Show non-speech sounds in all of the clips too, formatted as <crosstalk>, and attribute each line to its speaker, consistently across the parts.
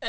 Speaker 1: 哎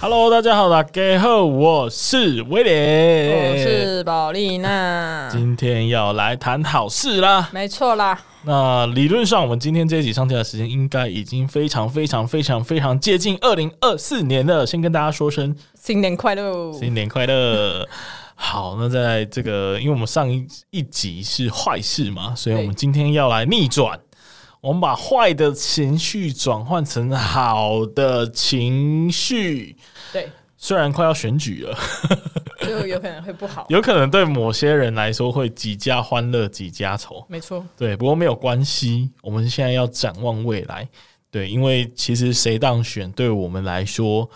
Speaker 2: Hello，大家好，大家好，我是威廉，
Speaker 3: 哦我是宝丽娜，
Speaker 2: 今天要来谈好事啦。
Speaker 3: 没错啦，
Speaker 2: 那理论上，我们今天这一集上架的时间应该已经非常非常非常非常接近二零二四年了。先跟大家说声
Speaker 3: 新年快乐！
Speaker 2: 新年快乐。好，那在这个，因为我们上一一集是坏事嘛，所以我们
Speaker 3: 对
Speaker 2: 今天要来逆转，我们把坏的情绪转换成好的情绪。
Speaker 3: 对，
Speaker 2: 虽然快要选举了，
Speaker 3: 就有可能会不好，
Speaker 2: 有可能对某些人来说会几家欢乐几家愁，
Speaker 3: 没错，
Speaker 2: 对，不过没有关系，我们现在要展望未来，对，因为其实谁当选对我们来说，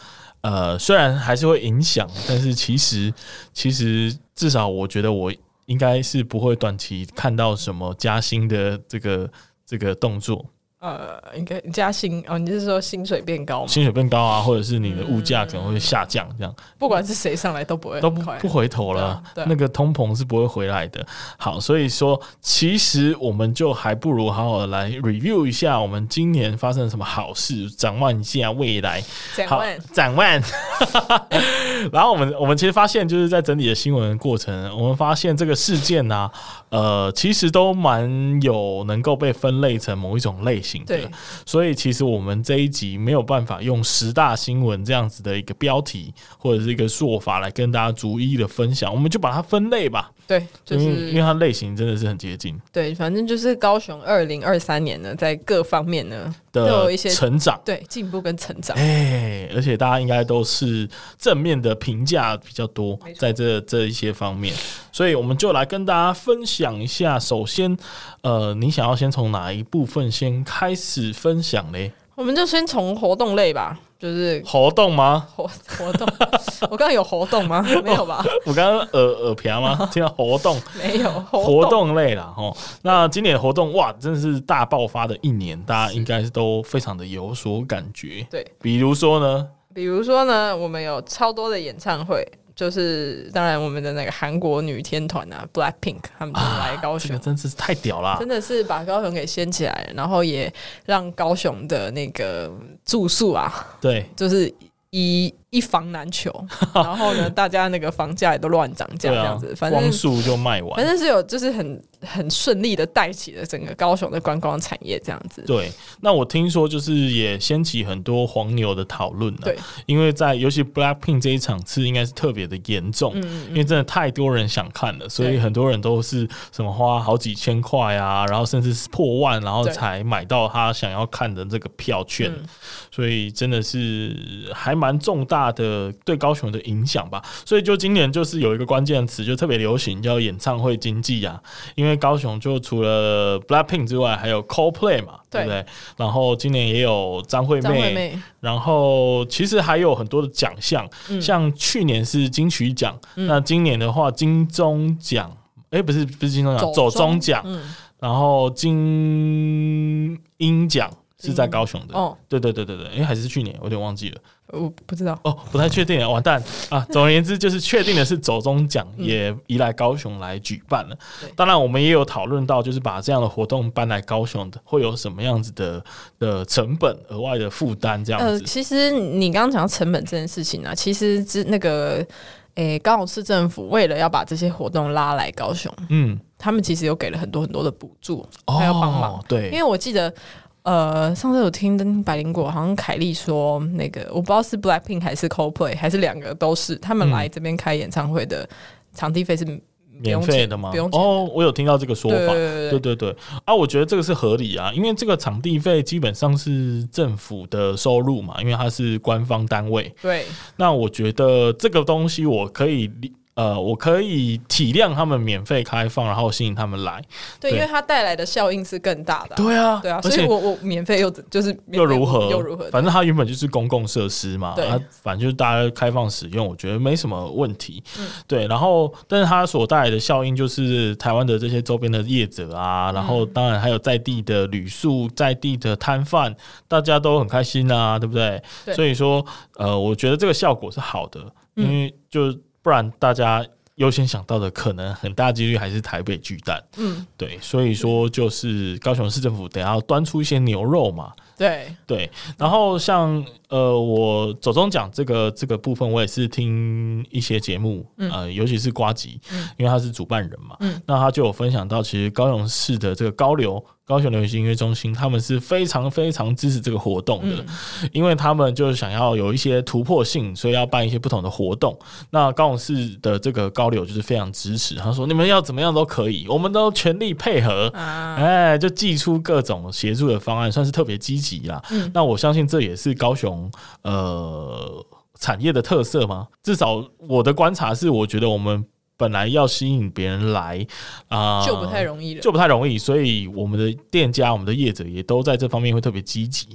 Speaker 2: 呃，虽然还是会影响，但是其实其实至少我觉得我应该是不会短期看到什么加薪的这个这个动作，
Speaker 3: 呃，应该加薪哦，你是说薪水变高吗？
Speaker 2: 薪水变高啊，或者是你的物价可能会下降，这样。
Speaker 3: 不管是谁上来都不会
Speaker 2: 都
Speaker 3: 很
Speaker 2: 不
Speaker 3: 快
Speaker 2: 不，回头了，
Speaker 3: 对啊对啊
Speaker 2: 那个通膨是不会回来的。好，所以说其实我们就还不如好好地来 review 一下我们今年发生了什么好事，展望一下未来。
Speaker 3: 两
Speaker 2: 好
Speaker 3: 万，
Speaker 2: 展望。 <laughs> 然后我们我们其实发现，就是在整理的新闻的过程，我们发现这个事件呢、呃，其实都蛮有能够被分类成某一种类型的
Speaker 3: 对。
Speaker 2: 所以其实我们这一集没有办法用十大新闻这样子的一个标题或者是一个做法来跟大家逐一的分享，我们就把它分类吧，
Speaker 3: 对，就
Speaker 2: 因为因为
Speaker 3: 是
Speaker 2: 它类型真的是很接近
Speaker 3: 对，反正就是高雄二零二三年呢，在各方面呢都有
Speaker 2: 的
Speaker 3: 一些
Speaker 2: 成长。
Speaker 3: 对进步跟成长，
Speaker 2: 哎，而且大家应该都是正面的评价比较多
Speaker 3: 没，错
Speaker 2: 在这这一些方面，所以我们就来跟大家分享一下。首先，呃，你想要先从哪一部分先开始分享嘞？
Speaker 3: 我们就先从活动类吧，就是
Speaker 2: 活动吗？
Speaker 3: 活活
Speaker 2: <laughs>
Speaker 3: 动，我刚刚有活动吗？没有吧？
Speaker 2: 我刚刚耳耳瓢
Speaker 3: <laughs>
Speaker 2: 吗？听到活动。
Speaker 3: 没有
Speaker 2: 活
Speaker 3: 活动，
Speaker 2: 动类啦，哦，那今年的活动哇，真是大爆发的一年，大家应该是都非常的有所感觉。
Speaker 3: 对。
Speaker 2: 比如说呢，
Speaker 3: 比如说呢，我们有超多的演唱会，就是当然我们的那个韩国女天团啊，Black Pink，他们就来高
Speaker 2: 啊这
Speaker 3: 雄，
Speaker 2: 个真是太屌啦
Speaker 3: 真！的是把高雄给掀起来了，然后也让高雄的那个住宿啊，
Speaker 2: 对，
Speaker 3: 就是一一房难求，
Speaker 2: <laughs>
Speaker 3: 然后呢，大家那个房价也都乱涨价
Speaker 2: 对
Speaker 3: 这
Speaker 2: 啊
Speaker 3: 样子，，反
Speaker 2: 光
Speaker 3: 正。
Speaker 2: 速啊就卖完，
Speaker 3: 反正是有，就是很很顺利的带起了整个高雄的观光产业这样子。
Speaker 2: 对，那我听说就是也掀起很多黄牛的讨论了
Speaker 3: 对，
Speaker 2: 因为在尤其 Blackpink 这一场次应该是特别的严重，
Speaker 3: 嗯
Speaker 2: 因为真的太多人想看了，所以
Speaker 3: 对
Speaker 2: 很多人都是什么花好几千块啊，然后甚至是破万，然后
Speaker 3: 对
Speaker 2: 才买到他想要看的这个票
Speaker 3: 嗯
Speaker 2: 券，所以真的是还蛮重大的对高雄的影响吧。所以就今年就是有一个关键词就特别流行，叫演唱会经济啊，因为高雄就除了 Blackpink 之外，还有 Coldplay 嘛，对
Speaker 3: 对
Speaker 2: 不对？然后今年也有张惠
Speaker 3: 张惠
Speaker 2: 妹，
Speaker 3: 妹
Speaker 2: 然后其实还有很多的奖项，
Speaker 3: 嗯
Speaker 2: 像去年是金曲奖，那今年的话金钟奖，哎，不是不是金钟奖，
Speaker 3: 走
Speaker 2: 走
Speaker 3: 钟
Speaker 2: 钟奖，
Speaker 3: 嗯
Speaker 2: 然后金鹰奖是在高雄的，
Speaker 3: 哦，
Speaker 2: 对对对对对，哎，还是去年，我有点忘记了。
Speaker 3: 我不知道，
Speaker 2: 哦，不太确定了，完蛋啊！总而言之，就是确定的是走中奖也移来高雄来举办了。
Speaker 3: 嗯对
Speaker 2: 当然，我们也有讨论到，就是把这样的活动搬来高雄的，会有什么样子的的成本、额外的负担这样
Speaker 3: 呃，
Speaker 2: 子。
Speaker 3: 其实你刚刚讲到成本这件事情啊，其实之那个诶、高雄市政府为了要把这些活动拉来高雄，
Speaker 2: 嗯，
Speaker 3: 他们其实有给了很多很多的补助，
Speaker 2: 哦，
Speaker 3: 呃还要帮忙。因
Speaker 2: 对
Speaker 3: 为我记得。呃，上次有听跟百灵果好像凯莉说，那个我不知道是 Blackpink 还是 Coldplay 还是两个都是，他
Speaker 2: 嗯
Speaker 3: 们来这边开演唱会的场地费是不
Speaker 2: 免
Speaker 3: 用
Speaker 2: 费
Speaker 3: 钱
Speaker 2: 的吗？
Speaker 3: 不用钱的。
Speaker 2: 哦，我有听到这个说
Speaker 3: 对
Speaker 2: 法。
Speaker 3: 对
Speaker 2: 对
Speaker 3: 对
Speaker 2: 对对，啊，我觉得这个是合理啊，因为这个场地费基本上是政府的收入嘛，因为它是官方单位，
Speaker 3: 对，
Speaker 2: 那我觉得这个东西我可以理呃，我可以体谅他们免费开放，然后吸引他们来。
Speaker 3: 对，
Speaker 2: 对
Speaker 3: 因为它带来的效应是更大的啊、
Speaker 2: 对啊，
Speaker 3: 对啊，
Speaker 2: 而
Speaker 3: 所以
Speaker 2: 且
Speaker 3: 我我免费又就是免费
Speaker 2: 又如何？
Speaker 3: 又如何？
Speaker 2: 反正它原本就是公共设施嘛，
Speaker 3: 对
Speaker 2: 啊，反正就是大家开放使用，我觉得没什么问题。
Speaker 3: 嗯
Speaker 2: 对，然后但是它所带来的效应就是台湾的这些周边的业者啊，然
Speaker 3: 嗯
Speaker 2: 后当然还有在地的旅宿、在地的摊贩，大家都很开心啊，对不对？
Speaker 3: 对嗯
Speaker 2: 所以说，呃，我觉得这个效果是好的，因为就不然大家。优先想到的可能很大几率还是台北巨蛋，
Speaker 3: 嗯，
Speaker 2: 对，所以说就是高雄市政府得要端出一些牛肉嘛，
Speaker 3: 对，
Speaker 2: 对，然后像呃，我走中奖这个这个部分，我也是听一些节目，呃，尤其是瓜吉，因为他是主办人嘛，
Speaker 3: 嗯
Speaker 2: 那他就有分享到，其实高雄市的这个高流高雄流行音乐中心，他们是非常非常支持这个活动的，
Speaker 3: 嗯
Speaker 2: 因为他们就是想要有一些突破性，所以要办一些不同的活动。那高雄市的这个高流就是非常支持，他说你们要怎么样都可以，我们都全力配合，
Speaker 3: 啊，
Speaker 2: 哎，就寄出各种协助的方案，算是特别积极啦。那我相信这也是高雄呃产业的特色吗？至少我的观察是，我觉得我们本来要吸引别人来啊、
Speaker 3: 就不太容易了。
Speaker 2: 就不太容易，所以我们的店家、我们的业者也都在这方面会特别积极，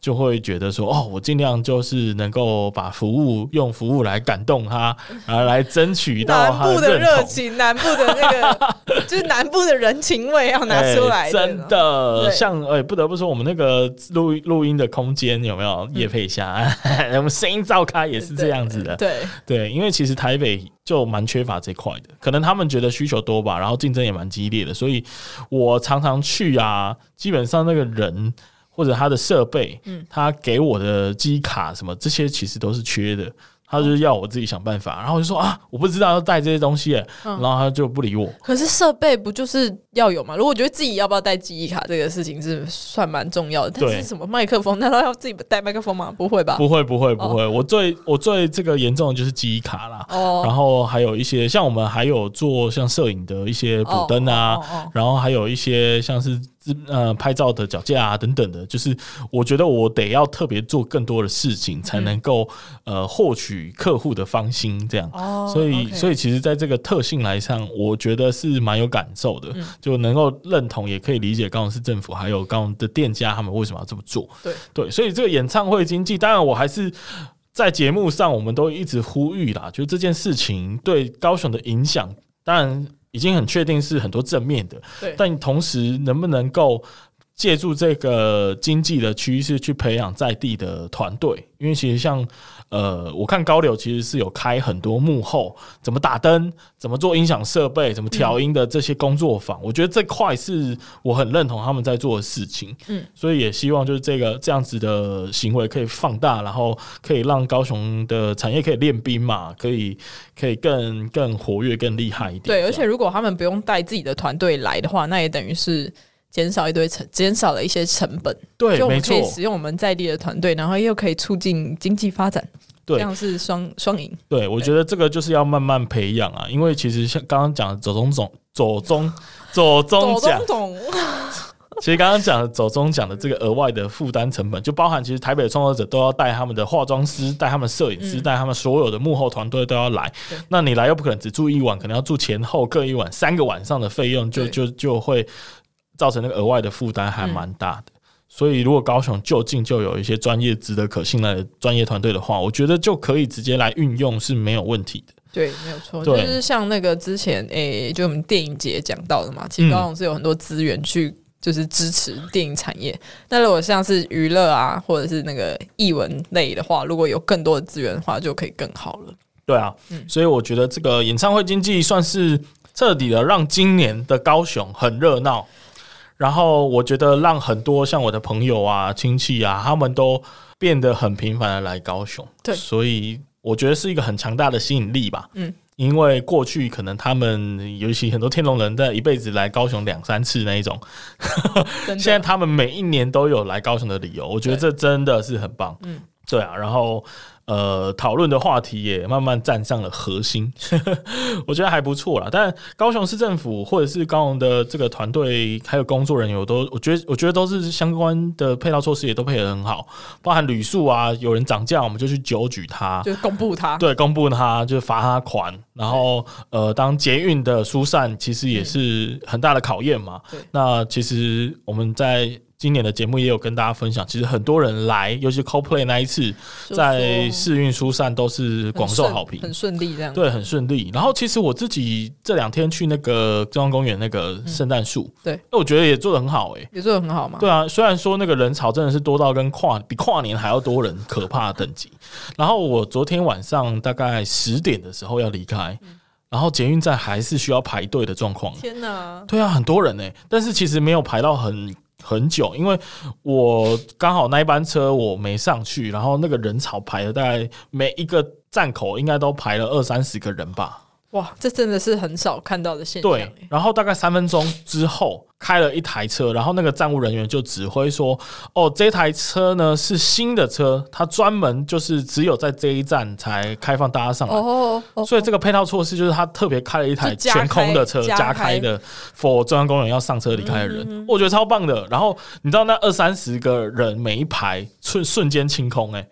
Speaker 2: 就会觉得说，哦，我尽量就是能够把服务用服务来感动他，然后来争取到
Speaker 3: 南
Speaker 2: 他
Speaker 3: 部的
Speaker 2: 认
Speaker 3: 热
Speaker 2: 同
Speaker 3: 情，南部的
Speaker 2: <laughs>
Speaker 3: 那个，就是南部的人情味要拿出来、
Speaker 2: 哎真，的，
Speaker 3: 对
Speaker 2: 像哎、不得不说，我们那个录录音的空间有没
Speaker 3: 嗯
Speaker 2: 有夜配一下？ <laughs> 我们声音照开也是这样子的，
Speaker 3: 对
Speaker 2: 对，因为其实台北就蛮缺乏这块的，可能他们觉得需求多吧，然后竞争也蛮激烈的，所以我常常去啊，基本上那个人。或者他的设备，
Speaker 3: 嗯
Speaker 2: 他给我的机卡什么这些其实都是缺的，他就是要我自己想办法，然后我就说啊，我不知道要带这些东西耶，
Speaker 3: 嗯
Speaker 2: 然后他就不理我，
Speaker 3: 可是设备不就是要有嘛？如果我觉得自己要不要带记忆卡这个事情是算蛮重要的，但
Speaker 2: 对
Speaker 3: 是什么麦克风，难道要自己带麦克风吗？不会吧？
Speaker 2: 不会不会不会，我最我最这个严重的就是记忆卡啦，然
Speaker 3: 哦，
Speaker 2: 后还有一些像我们还有做像摄影的一些补灯啊，
Speaker 3: 哦哦哦哦
Speaker 2: 然后还有一些像是自呃拍照的脚架啊等等的，就是我觉得我得要特别做更多的事情，
Speaker 3: 嗯
Speaker 2: 才能够、呃获取客户的芳心这样。
Speaker 3: 哦
Speaker 2: 所以
Speaker 3: OK
Speaker 2: 所以其实在这个特性来上，我觉得是蛮有感受
Speaker 3: 嗯
Speaker 2: 的，就能够认同，也可以理解高雄市政府还有高雄的店家他们为什么要这么做。
Speaker 3: 对
Speaker 2: 对，所以这个演唱会经济，当然我还是。在节目上，我们都一直呼吁啦，就这件事情对高雄的影响，当然已经很确定是很多正面的，
Speaker 3: 对，
Speaker 2: 但同时能不能够借助这个经济的趋势去培养在地的团队？因为其实像呃，我看高柳其实是有开很多幕后怎么打灯、怎么做音响设备、怎么调音的这些工作
Speaker 3: 嗯
Speaker 2: 坊，我觉得这块是我很认同他们在做的事情。
Speaker 3: 嗯，
Speaker 2: 所以也希望就是这个这样子的行为可以放大，然后可以让高雄的产业可以练兵嘛，可以可以更更活跃、更厉害一点。
Speaker 3: 对，而
Speaker 2: 这
Speaker 3: 且
Speaker 2: 样
Speaker 3: 如果他们不用带自己的团队来的话，那也等于是减少一堆成减少了一些成本，
Speaker 2: 对，
Speaker 3: 就我
Speaker 2: 没
Speaker 3: 们可
Speaker 2: 错，
Speaker 3: 以使用我们在地的团队，然后又可以促进经济发展，
Speaker 2: 对
Speaker 3: 这样是双双赢。
Speaker 2: 对，我觉得这个就是要慢慢培养啊，因为其实像刚刚讲的走中总走中走中
Speaker 3: 懂
Speaker 2: 奖
Speaker 3: 懂，懂，
Speaker 2: 其实刚刚讲的走中奖的这个额外的负担成本，就包含其实台北的创作者都要带他们的化妆师、带他们摄影师、带他们所有的幕后团队都要来
Speaker 3: 嗯对。
Speaker 2: 那你来又不可能只住一晚，可能要住前后各一晚，三个晚上的费用就
Speaker 3: 对嗯
Speaker 2: 就就会造成那个额外的负担还蛮大的。所以，如果高雄就近就有一些专业、值得可信赖的专业团队的话，我觉得就可以直接来运用是没有问题的。
Speaker 3: <laughs> 对，没有错，就
Speaker 2: 对
Speaker 3: 是像那个之前诶、就我们电影节讲到的
Speaker 2: 嗯
Speaker 3: 嘛，其实高雄是有很多资源去。就是支持电影产业。那如果像是娱乐啊，或者是那个艺文类的话，如果有更多的资源的话，就可以更好了。
Speaker 2: 对啊，
Speaker 3: 嗯
Speaker 2: 所以我觉得这个演唱会经济算是彻底的让今年的高雄很热闹，然后我觉得让很多像我的朋友啊、亲戚啊，他们都变得很频繁的来高雄，
Speaker 3: 对
Speaker 2: 所以我觉得是一个很强大的吸引力吧，
Speaker 3: 嗯。
Speaker 2: 因为过去可能他们，尤其很多天龙人，在一辈子来高雄两三次那一种，
Speaker 3: 真的
Speaker 2: 现在他们每一年都有来高雄的理由，我觉得
Speaker 3: 对
Speaker 2: 这真的是很棒。嗯，对啊，然后呃讨论的话题也慢慢站上了核心， <laughs> 我觉得还不错啦。但高雄市政府或者是高雄的这个团队还有工作人员，我都我觉得我觉得都是相关的配套措施也都配合得很好，包含旅宿啊，有人涨价我们就去纠举他，
Speaker 3: 就公布它。
Speaker 2: 对，公布他就是罚他款，然后呃，当捷运的疏散其实也是很大的考验嘛。
Speaker 3: 嗯对
Speaker 2: 那其实我们在今年的节目也有跟大家分享，其实很多人来，尤其是 CoPlay 那一次
Speaker 3: 就
Speaker 2: 在
Speaker 3: 说
Speaker 2: 试运疏散都是广受好评，
Speaker 3: 很顺利这样。
Speaker 2: 对，很顺利。然后其实我自己这两天去那个中央公园那个圣诞树，
Speaker 3: 嗯
Speaker 2: 哎
Speaker 3: 对，
Speaker 2: 那我觉得也做的很好诶、哎
Speaker 3: 也做的很好嘛。
Speaker 2: 对啊，虽然说那个人潮真的是多到跟跨比跨年还要多人可怕的等级。然后我昨天晚上大概十点的时候要离开，然后捷运站还是需要排队的状况。
Speaker 3: 天哪！
Speaker 2: 对啊，很多人呢、但是其实没有排到很很久，因为我刚好那一班车我没上去，然后那个人潮排了大概每一个站口应该都排了二三十个人吧。
Speaker 3: 哇，这真的是很少看到的现象
Speaker 2: 对
Speaker 3: 欸。，
Speaker 2: 然后大概三分钟之后开了一台车，然后那个站务人员就指挥说：“哦，这台车呢是新的车，它专门就是只有在这一站才开放大家上来。
Speaker 3: 哦哦，
Speaker 2: 所以这个配套措施就是他特别开了一台
Speaker 3: 就加开
Speaker 2: 全空的车，
Speaker 3: 加嗯
Speaker 2: 加开的，for 中央公园要上车离开的人，我觉得超棒的。然后你知道那二三十个人每一排瞬瞬间清空、欸，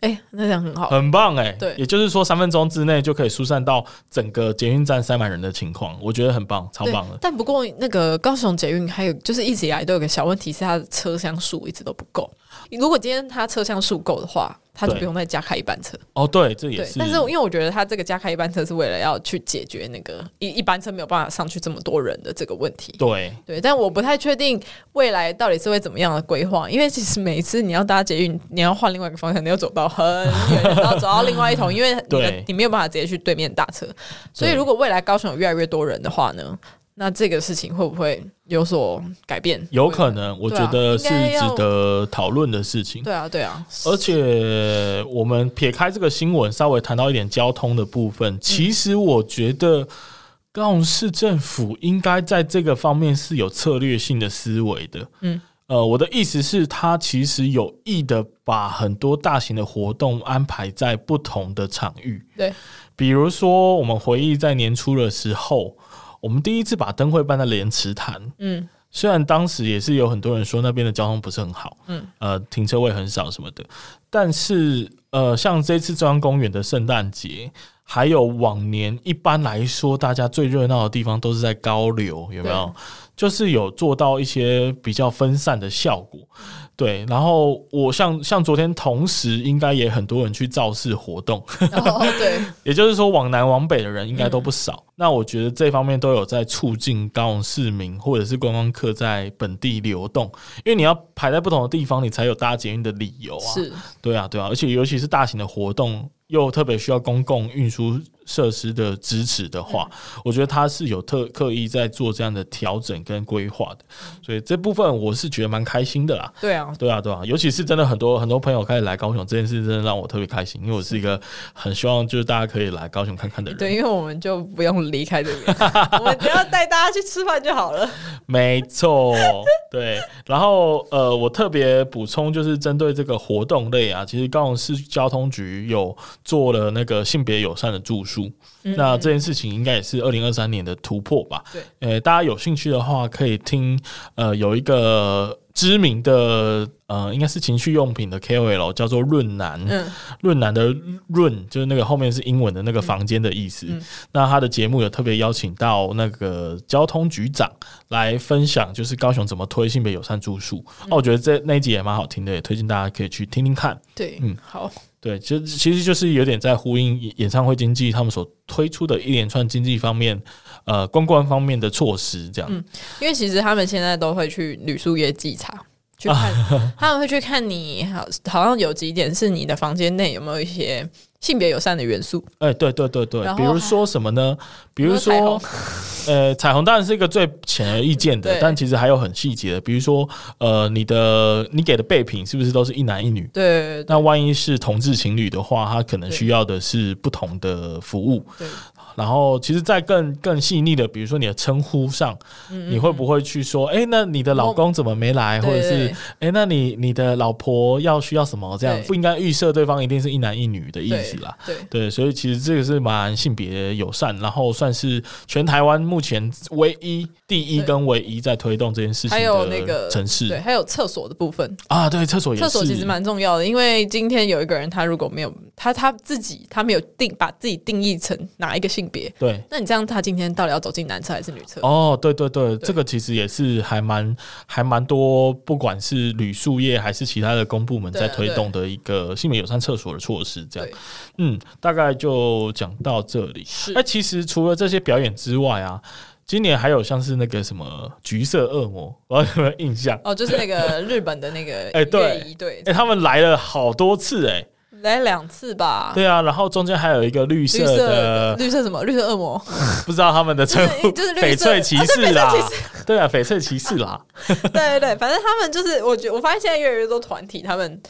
Speaker 3: 哎，那这样很好。
Speaker 2: 很棒哎、
Speaker 3: 对
Speaker 2: 也就是说三分钟之内就可以疏散到整个捷运站塞满人的情况，我觉得很棒，超
Speaker 3: 对
Speaker 2: 棒的。
Speaker 3: 但不过那个高雄捷运还有就是一直以来都有个小问题是它的车厢数一直都不够。如果今天它车厢数够的话，它就
Speaker 2: 对
Speaker 3: 不用再加开一班车。
Speaker 2: 哦，对，这也
Speaker 3: 对
Speaker 2: 是，，
Speaker 3: 但是因为我觉得它这个加开一班车是为了要去解决那个一一班车没有办法上去这么多人的这个问题。
Speaker 2: 对
Speaker 3: 对，但我不太确定未来到底是会怎么样的规划，因为其实每一次你要搭捷运，你要换另外一个方向，你要走到很远，然后走到另外一头，因为你的
Speaker 2: 对
Speaker 3: 你没有办法直接去对面搭车。所以
Speaker 2: 对
Speaker 3: 如果未来高雄有越来越多人的话呢，那这个事情会不会有所改变？
Speaker 2: 有可能，我
Speaker 3: 对
Speaker 2: 觉
Speaker 3: 啊
Speaker 2: 得
Speaker 3: 应
Speaker 2: 是
Speaker 3: 该要
Speaker 2: 值得讨论的事情。
Speaker 3: 对啊，对啊，
Speaker 2: 而且我们撇开这个新闻，稍微谈到一点交通的部分，
Speaker 3: 嗯
Speaker 2: 其实我觉得高雄市政府应该在这个方面是有策略性的思维的。
Speaker 3: 嗯，
Speaker 2: 呃，我的意思是，它其实有意的把很多大型的活动安排在不同的场域。
Speaker 3: 对，
Speaker 2: 比如说，我们回忆在年初的时候，我们第一次把灯会办在莲池潭。
Speaker 3: 嗯，
Speaker 2: 虽然当时也是有很多人说那边的交通不是很好，
Speaker 3: 嗯，
Speaker 2: 呃，停车位很少什么的，但是呃，像这次中央公园的圣诞节，还有往年一般来说大家最热闹的地方都是在高流，有没有
Speaker 3: 对？
Speaker 2: 就是有做到一些比较分散的效果，对。然后我像像昨天，同时应该也很多人去造势活动，
Speaker 3: 然后
Speaker 2: <laughs>
Speaker 3: 对，
Speaker 2: 也就是说，往南往北的人应该都不少。那我觉得这方面都有在促进高雄市民或者是观光客在本地流动，因为你要排在不同的地方，你才有搭捷运的理由啊。
Speaker 3: 是
Speaker 2: 对啊，对啊，而且尤其是大型的活动，又特别需要公共运输设施的支持的话，我觉得它是有特刻意在做这样的调整跟规划的，所以这部分我是觉得蛮开心的啦。
Speaker 3: 对啊，
Speaker 2: 对啊，对啊，尤其是真的很多很多朋友开始来高雄这件事，真的让我特别开心，因为我是一个很希望就是大家可以来高雄看看的人。
Speaker 3: 对，因为我们就不用离开这
Speaker 2: <laughs>
Speaker 3: 边，我们只要带大家去吃饭就好了。
Speaker 2: 没错，对。然后呃，我特别补充就是针对这个活动类啊，其实高雄市交通局有做了那个性别友善的住宿，那这件事情应该也是二零二三年的突破吧？
Speaker 3: 嗯对，
Speaker 2: 呃，大家有兴趣的话可以听呃有一个。知名的呃，应该是情趣用品的 KOL 叫做润南，
Speaker 3: 嗯，
Speaker 2: 润南的润就是那个后面是英文的那个房间的意思。
Speaker 3: 嗯
Speaker 2: 那他的节目有特别邀请到那个交通局长来分享，就是高雄怎么推性别友善住宿。
Speaker 3: 嗯
Speaker 2: 哦，我觉得这那一集也蛮好听的，也推荐大家可以去听听看。
Speaker 3: 对，
Speaker 2: 嗯
Speaker 3: 好，
Speaker 2: 对，其实其实就是有点在呼应演演唱会经济他们所推出的一连串经济方面，呃，观光方面的措施，这样。
Speaker 3: 嗯因为其实他们现在都会去旅宿业稽查，
Speaker 2: <laughs>
Speaker 3: 去看，他们会去看你好，好像有几点是你的房间内有没有一些性别友善的元素。
Speaker 2: 哎、对对对对，
Speaker 3: 然后
Speaker 2: 比如说什么呢？比如
Speaker 3: 比如
Speaker 2: 说，呃，彩虹当然是一个最显而易见的
Speaker 3: <laughs> 对，
Speaker 2: 但其实还有很细节的，比如说，呃，你的你给的备品是不是都是一男一女？
Speaker 3: 对对
Speaker 2: 那万一是同志情侣的话，他可能
Speaker 3: 对
Speaker 2: 需要的是不同的服务。
Speaker 3: 对，
Speaker 2: 然后，其实，在更更细腻的，比如说你的称呼上，
Speaker 3: 嗯
Speaker 2: 你会不会去说，哎、那你的老公怎么没来，
Speaker 3: 对
Speaker 2: 或者是
Speaker 3: 嗯对，
Speaker 2: 哎、那你你的老婆要需要什么？这样
Speaker 3: 对
Speaker 2: 不应该预设对方一定是一男一女的意思啦。
Speaker 3: 对，对
Speaker 2: 对，所以其实这个是蛮性别友善，然后算是全台湾目前唯一、第一
Speaker 3: 对
Speaker 2: 跟唯一在推动这件事情
Speaker 3: 还有那个
Speaker 2: 的城市
Speaker 3: 对，还有厕所的部分，
Speaker 2: 啊，对，厕所也是，
Speaker 3: 厕所其实蛮重要的，因为今天有一个人他如果没有他他自己他没有定把自己定义成哪一个性别，
Speaker 2: 对。
Speaker 3: 那你这样他今天到底要走进男厕还是女厕？
Speaker 2: 哦，对对对，这个其实也是还蛮还蛮多，不管是旅宿业还是其他的公部门
Speaker 3: 对
Speaker 2: 在推动的一个性别友善厕所的措施，这样
Speaker 3: 对，
Speaker 2: 嗯，大概就讲到这里。
Speaker 3: 是
Speaker 2: 那其实除了这些表演之外啊，今年还有像是那个什么橘色恶魔，我有没有印象？
Speaker 3: 哦，就是那个日本的那个
Speaker 2: 哎对
Speaker 3: 乐仪队
Speaker 2: 哎、他们来了好多次哎、
Speaker 3: 来两次吧。
Speaker 2: 对啊，然后中间还有一个绿色
Speaker 3: 绿色
Speaker 2: 的，
Speaker 3: 绿色什么？绿色
Speaker 2: <laughs>
Speaker 3: 恶魔，
Speaker 2: 不知道他们的称呼，
Speaker 3: 就是就是绿
Speaker 2: 翡
Speaker 3: 色
Speaker 2: 翠骑士啦
Speaker 3: 啊对翡翠，
Speaker 2: 对啊，翡翠骑士啦，
Speaker 3: 对对对，反正他们就是，我觉我发现现在越来越多团体他们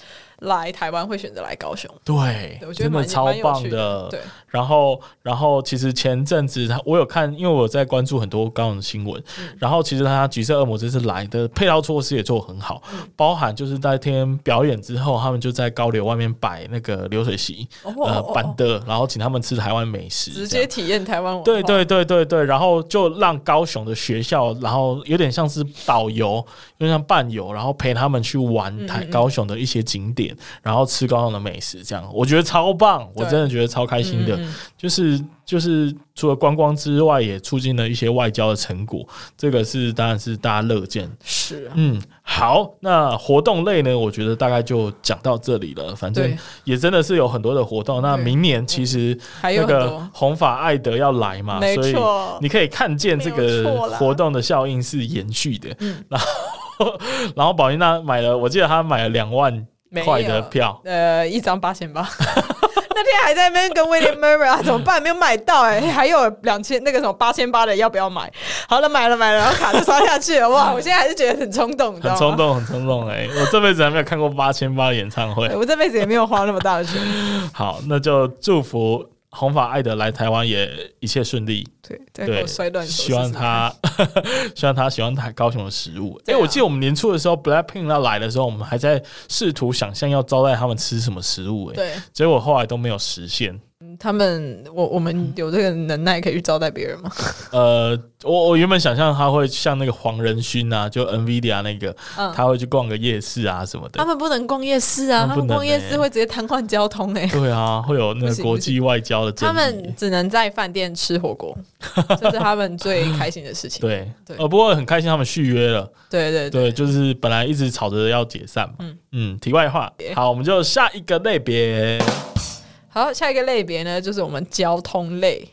Speaker 3: 来台湾会选择来高雄，
Speaker 2: 对
Speaker 3: <laughs> 对我，觉得
Speaker 2: 真的
Speaker 3: 蛮
Speaker 2: 超
Speaker 3: 蛮有
Speaker 2: 棒
Speaker 3: 趣的，对，
Speaker 2: 然后，然后其实前阵子他我有看，因为我在关注很多高雄的新闻。
Speaker 3: 嗯
Speaker 2: 然后其实他橘色恶魔这次来的配套措施也做得很好，
Speaker 3: 嗯
Speaker 2: 包含就是那天表演之后，他们就在高流外面摆那个流水席，
Speaker 3: 哦
Speaker 2: 呃
Speaker 3: 哦哦，
Speaker 2: 板的，然后请他们吃台湾美食，
Speaker 3: 直
Speaker 2: 这样
Speaker 3: 接体验台湾文化，
Speaker 2: 对对对对对，然后就让高雄的学校，然后有点像是导游，有点像伴游，然后陪他们去玩
Speaker 3: 嗯
Speaker 2: 台高雄的一些景点，然后吃高雄的美食，这样我觉得超棒，我
Speaker 3: 对
Speaker 2: 真的觉得超开心的。
Speaker 3: 嗯嗯嗯
Speaker 2: 就是就是除了观光之外，也促进了一些外交的成果，这个是当然是大家乐见。
Speaker 3: 是啊，
Speaker 2: 嗯，好，那活动类呢，我觉得大概就讲到这里了。反正
Speaker 3: 对
Speaker 2: 也真的是有很多的活动。那
Speaker 3: 对嗯
Speaker 2: 明年其实
Speaker 3: 还有
Speaker 2: 那
Speaker 3: 很多
Speaker 2: 个红发艾德要来嘛，
Speaker 3: 没
Speaker 2: 所以
Speaker 3: 错
Speaker 2: 你可以看见这
Speaker 3: 没有
Speaker 2: 个
Speaker 3: 错啦嗯
Speaker 2: 活动的效应是延续的。然后，然后宝丽娜买了，我记得她买了两万
Speaker 3: 没有
Speaker 2: 块的票，
Speaker 3: 呃，一张八千八。 <laughs> 那天还在那边跟威廉 murmur 啊，怎么办？没有买到哎、还有两千那个什么八千八的，要不要买？好了，买了买了，然后卡就刷下去
Speaker 2: <laughs>
Speaker 3: 了。哇，我现在还是觉得很冲动，你知
Speaker 2: 嗯很
Speaker 3: 道吗？
Speaker 2: 冲动，很冲动哎、我这辈子还没有看过八千八演唱会
Speaker 3: 对。我这辈子也没有花那么大的钱。
Speaker 2: <laughs> 好，那就祝福红发艾德来台湾也一切顺利。
Speaker 3: 对对，
Speaker 2: 对，
Speaker 3: 我摔断手试试
Speaker 2: 希
Speaker 3: 看。
Speaker 2: 望他， <laughs> 希望他喜欢台高雄的食物。哎、
Speaker 3: 对啊
Speaker 2: 我记得我们年初的时候，Blackpink 要来的时候，我们还在试图想象要招待他们吃什么食物、哎，
Speaker 3: 对
Speaker 2: 结果后来都没有实现。
Speaker 3: 他们，我我
Speaker 2: 嗯
Speaker 3: 们有这个能耐可以去招待别人
Speaker 2: <laughs>
Speaker 3: 吗？
Speaker 2: 呃，我我原本想象他会像那个黄仁勋啊，就 NVIDIA 那个，
Speaker 3: 嗯
Speaker 2: 他会去逛个夜市啊什么
Speaker 3: 他
Speaker 2: 的。
Speaker 3: 们不能逛夜市啊，
Speaker 2: 他
Speaker 3: 他
Speaker 2: 们
Speaker 3: 们
Speaker 2: 不能
Speaker 3: 逛夜
Speaker 2: 欸
Speaker 3: 市会直接瘫痪交
Speaker 2: <laughs>
Speaker 3: 通哎、
Speaker 2: 对啊，会有那
Speaker 3: 不
Speaker 2: 个
Speaker 3: 行
Speaker 2: 国
Speaker 3: 不行
Speaker 2: 际外交的争议
Speaker 3: 他们只能在饭店吃火锅，这是他
Speaker 2: <laughs>
Speaker 3: 们最开心的事情。
Speaker 2: 对，
Speaker 3: 对
Speaker 2: 呃，不过很开心他们续约了。
Speaker 3: 对对对，
Speaker 2: 对，就是本来一直吵着要解散嘛。嗯
Speaker 3: 嗯
Speaker 2: 题外话，好，我们就下一个类别，
Speaker 3: 好，下一个类别呢，就是我们交通类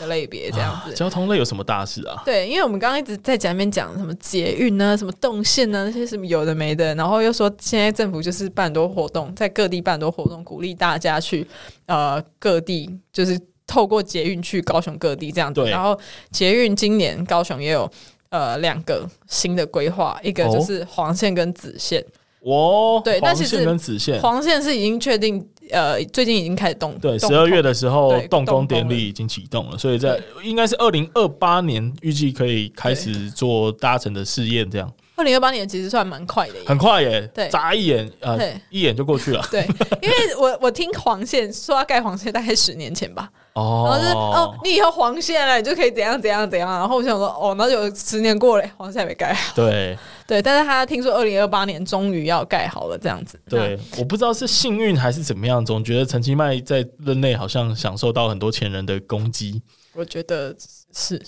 Speaker 3: 的类别这样
Speaker 2: 啊
Speaker 3: 子。
Speaker 2: 交通类有什么大事 <laughs> 啊？
Speaker 3: 对，因为我们刚刚一直在前面讲什么捷运呢、什么动线呢、那些什么有的没的，然后又说现在政府就是办很多活动，在各地办很多活动，鼓励大家去呃各地，就是透过捷运去高雄各地这样子。
Speaker 2: 对
Speaker 3: 然后捷运今年高雄也有呃两个新的规划，一个
Speaker 2: 哦
Speaker 3: 就是黄线跟紫线。
Speaker 2: 哦，
Speaker 3: 对
Speaker 2: 黄
Speaker 3: 但其
Speaker 2: 线
Speaker 3: 实
Speaker 2: 跟紫线，
Speaker 3: 黄线是已经确定，呃，最近已经开始动。
Speaker 2: 对，
Speaker 3: 动
Speaker 2: 十二月
Speaker 3: 工
Speaker 2: 的时候
Speaker 3: 对
Speaker 2: 动工
Speaker 3: 动工
Speaker 2: 典
Speaker 3: 了
Speaker 2: 礼已经启动了，所以在应该是二零二八年预计可以开始做搭乘的试验，这样
Speaker 3: 二零二八年其实算蛮快的耶。
Speaker 2: 很快耶，
Speaker 3: 对
Speaker 2: 眨一眼呃
Speaker 3: 对
Speaker 2: 一眼就过去了。
Speaker 3: 对，因为我我听黄线说要盖黄线，大概十年前吧， <laughs> 然后就是哦
Speaker 2: 哦，，
Speaker 3: 你以后黄线了，你就可以怎样怎样怎样。然后我想说，哦，那就十年过了，黄线还没盖 <laughs> 好。
Speaker 2: 对
Speaker 3: 对，但是他听说二零二八年终于要盖好了，这样子。
Speaker 2: 对，我不知道是幸运还是怎么样，总觉得陈其迈在任内好像享受到很多前人的攻击。
Speaker 3: 那我觉得是，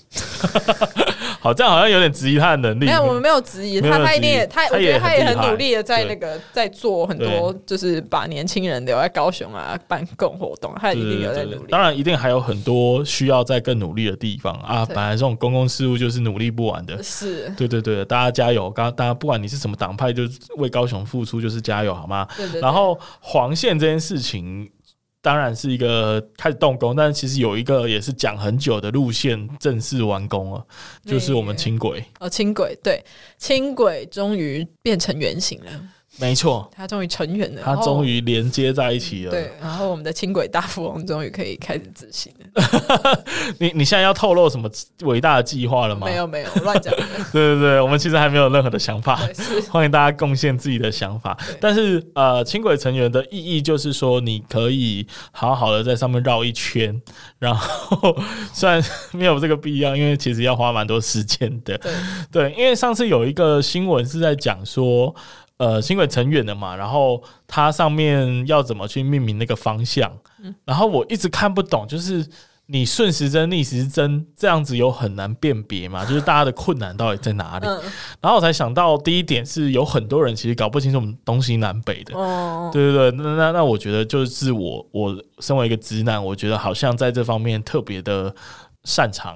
Speaker 2: 好，这样好像有点质疑他的能力。
Speaker 3: 没有，我们没有质疑
Speaker 2: 没有
Speaker 3: 他，他一定
Speaker 2: 质疑
Speaker 3: 也他，
Speaker 2: 他
Speaker 3: 我
Speaker 2: 也
Speaker 3: 觉得他
Speaker 2: 很
Speaker 3: 也
Speaker 2: 厉
Speaker 3: 很
Speaker 2: 害
Speaker 3: 努力的在
Speaker 2: 对
Speaker 3: 那个在做很多，就是把年轻人留在高雄啊，办各种活动，他
Speaker 2: 对
Speaker 3: 一定有在
Speaker 2: 对
Speaker 3: 努
Speaker 2: 对
Speaker 3: 力。
Speaker 2: 当然一定还有很多需要再更努力的地方啊。
Speaker 3: 对
Speaker 2: 本来这种公共事务就是努力不完的。
Speaker 3: 是，
Speaker 2: 对对对，大家加油！刚大家不管你是什么党派，就是为高雄付出，就是加油好吗？
Speaker 3: 对对对
Speaker 2: 然后黄线这件事情，当然是一个开始动工，但是其实有一个也是讲很久的路线正式完工了，就是我们轻轨。
Speaker 3: 哦，轻轨对，轻轨终于变成圆形了，
Speaker 2: 没错，
Speaker 3: 它终于成圆了，
Speaker 2: 它终于连接在一起了。
Speaker 3: 对，然后我们的轻轨大富翁终于可以开始执行了。
Speaker 2: 你你现在要透露什么伟大的计划了吗？
Speaker 3: 没有没有，乱讲的。
Speaker 2: 对对对，我们其实还没有任何的想法 <laughs>
Speaker 3: 对，是
Speaker 2: 欢迎大家贡献自己的想法
Speaker 3: 对。
Speaker 2: 但是呃，轻轨成员的意义就是说，你可以好好的在上面绕一圈，然后虽然没有这个必要，因为其实要花蛮多时间的。
Speaker 3: 对
Speaker 2: 对，因为上次有一个新闻是在讲说，呃，轻轨成员的嘛，然后它上面要怎么去命名那个方向，
Speaker 3: 嗯
Speaker 2: 然后我一直看不懂，就是。你顺时针、逆时针这样子有很难辨别嘛？就是大家的困难到底在哪里？
Speaker 3: 嗯
Speaker 2: 然后我才想到，第一点是有很多人其实搞不清楚我们东西南北的。
Speaker 3: 哦，
Speaker 2: 对对对，那那那我觉得就是我我身为一个直男，我觉得好像在这方面特别的擅长，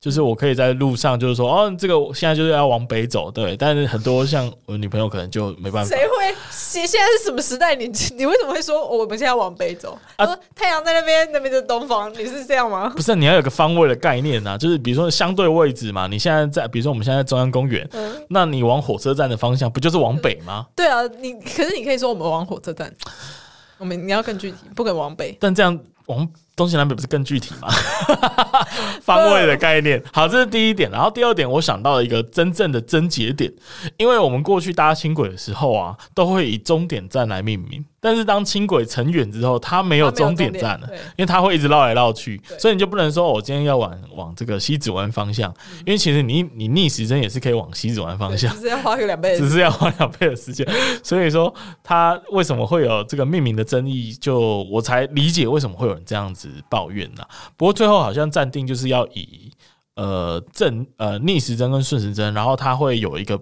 Speaker 2: 就是我可以在路上就是说，哦，这个我现在就是要往北走，对。但是很多像我女朋友可能就没办法，
Speaker 3: 谁会？现现在是什么时代？你你为什么会说我们现在往北走？
Speaker 2: 啊
Speaker 3: 他说太阳在那边，那边就是东方，你是这样吗？
Speaker 2: 不是你要有个方位的概念啊，就是比如说相对位置嘛，你现在在，比如说我们现在在中央公园，
Speaker 3: 嗯，
Speaker 2: 那你往火车站的方向不就是往北吗？
Speaker 3: 对啊，你可是你可以说我们往火车站，我们你要更具体，不肯往北。
Speaker 2: 但这样往东西南北不是更具
Speaker 3: <laughs>
Speaker 2: 体吗？方位的概念。好，这是第一点。然后第二点，我想到了一个真正的症结点，因为我们过去搭轻轨的时候啊，都会以终点站来命名，但是当轻轨成远之后，它没有
Speaker 3: 它没有
Speaker 2: 终点
Speaker 3: 终点
Speaker 2: 站啊了
Speaker 3: 对。
Speaker 2: 因为它会一直绕来绕去，
Speaker 3: 对
Speaker 2: 所以你就不能说我今天要往往这个西子湾方向，
Speaker 3: 嗯
Speaker 2: 因为其实你你逆时针也是可以往西子湾方
Speaker 3: 对
Speaker 2: 向
Speaker 3: 就，是要花个两倍的
Speaker 2: 只是要花两倍的时间。 <laughs> 所以说，他为什么会有这个命名的争议，就我才理解为什么会有人这样子抱怨呢、不过最后好像暂定就是要以呃正呃逆时针跟顺时针，然后它会有一个。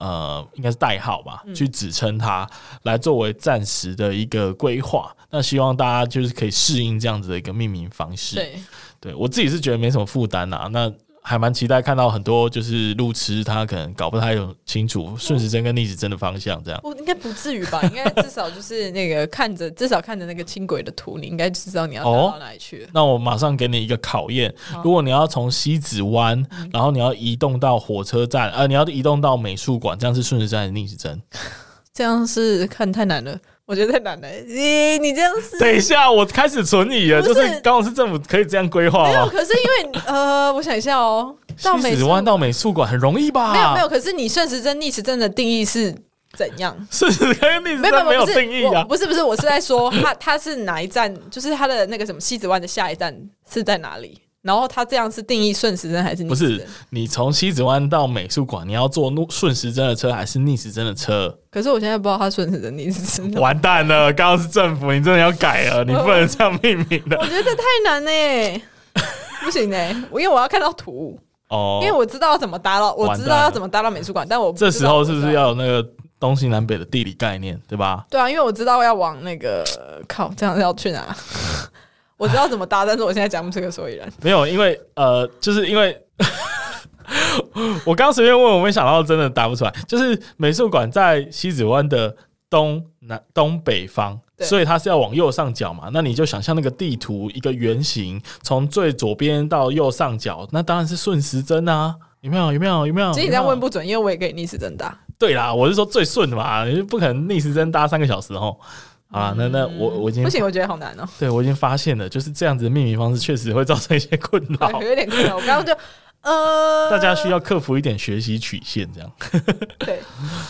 Speaker 2: 呃，应该是代号吧，去指称它，来作为暂时的一个规划。那希望大家就是可以适应这样子的一个命名方式。
Speaker 3: 对，
Speaker 2: 对我自己是觉得没什么负担啦，那还蛮期待看到很多就是路痴他可能搞不太清楚顺时针跟逆时针的方向这样。
Speaker 3: 不应该不至于吧？应该至少就是那个看着，至少看着那个轻轨的图，你应该知道你要搭
Speaker 2: 哦
Speaker 3: 到哪里去了。
Speaker 2: 那我马上给你一个考验，如果你要从西子湾，
Speaker 3: 嗯
Speaker 2: 然后你要移动到火车站，呃，你要移动到美术馆，这样是顺时针还是逆时
Speaker 3: <laughs>
Speaker 2: 针？
Speaker 3: 这样是看太难了，我觉得太难了。你你这样是
Speaker 2: 等一下，我开始存疑了，
Speaker 3: 不是
Speaker 2: 就是高雄市政府可以这样规划
Speaker 3: 没有，
Speaker 2: 吗？
Speaker 3: 哦可是因为呃，我想一
Speaker 2: <laughs>
Speaker 3: 下哦，到美
Speaker 2: 西子
Speaker 3: 术
Speaker 2: 湾到啊美术馆很容易吧？
Speaker 3: 没有没有，可是你顺时针逆时针的定义是怎
Speaker 2: <laughs>
Speaker 3: 样？
Speaker 2: 顺时针跟逆时
Speaker 3: 没有
Speaker 2: 针没有
Speaker 3: 不是
Speaker 2: 定义
Speaker 3: 我
Speaker 2: 啊。
Speaker 3: 不是不是，我是在说它它是哪一站，就是它的那个什么西子湾的下一站是在哪里？然后它这样是定义顺时针还是逆
Speaker 2: 不
Speaker 3: 时
Speaker 2: 是
Speaker 3: 针？
Speaker 2: 你从西子湾到美术馆，你要坐路顺时针的车还是逆时针的车？
Speaker 3: 可是我现在不知道它顺时针逆时针
Speaker 2: <laughs>
Speaker 3: 的，
Speaker 2: 完蛋了，刚刚是政府，你真的要改了，你不能这样命名的
Speaker 3: 我觉得太难呢、不行
Speaker 2: <laughs>
Speaker 3: 呢、我因为我要看到图，
Speaker 2: 哦
Speaker 3: 因。为我知道怎么搭到，我
Speaker 2: 完
Speaker 3: 知
Speaker 2: 蛋
Speaker 3: 道要
Speaker 2: 了
Speaker 3: 怎么搭到美术馆，但我不
Speaker 2: 这
Speaker 3: 知
Speaker 2: 时
Speaker 3: 道
Speaker 2: 候
Speaker 3: 我
Speaker 2: 是不是
Speaker 3: 在
Speaker 2: 要有那个东西南北的地理概念，对吧？
Speaker 3: 对啊，因为我知道要往那个靠，这样要去哪？ <laughs> 我知道怎么搭，但是我现在讲不出个所以然。
Speaker 2: 没有，因为呃，就是因为 <laughs> 我刚随便问，我没想到真的答不出来。就是美术馆在西子湾的东南东北方，
Speaker 3: 对
Speaker 2: 所以它是要往右上角嘛。那你就想象那个地图一个圆形，从最左边到右上角，那当然是顺时针啊。有没有？有没有？有没有？
Speaker 3: 其
Speaker 2: 有
Speaker 3: 实你
Speaker 2: 没
Speaker 3: 这
Speaker 2: 有
Speaker 3: 样问不准，因为我也可以逆时针搭。
Speaker 2: 对啦，我是说最顺的嘛，你不可能逆时针搭三个小时哦。好啦，那那我我已经
Speaker 3: 嗯不行，我觉得好难
Speaker 2: <laughs>
Speaker 3: 哦、
Speaker 2: 对我已经发现了，就是这样子的命名方式确实会造成一些困扰，
Speaker 3: <laughs> 对，有点困难。我刚刚就呃，
Speaker 2: 大家需要克服一点学习曲线这样。 <laughs>
Speaker 3: 对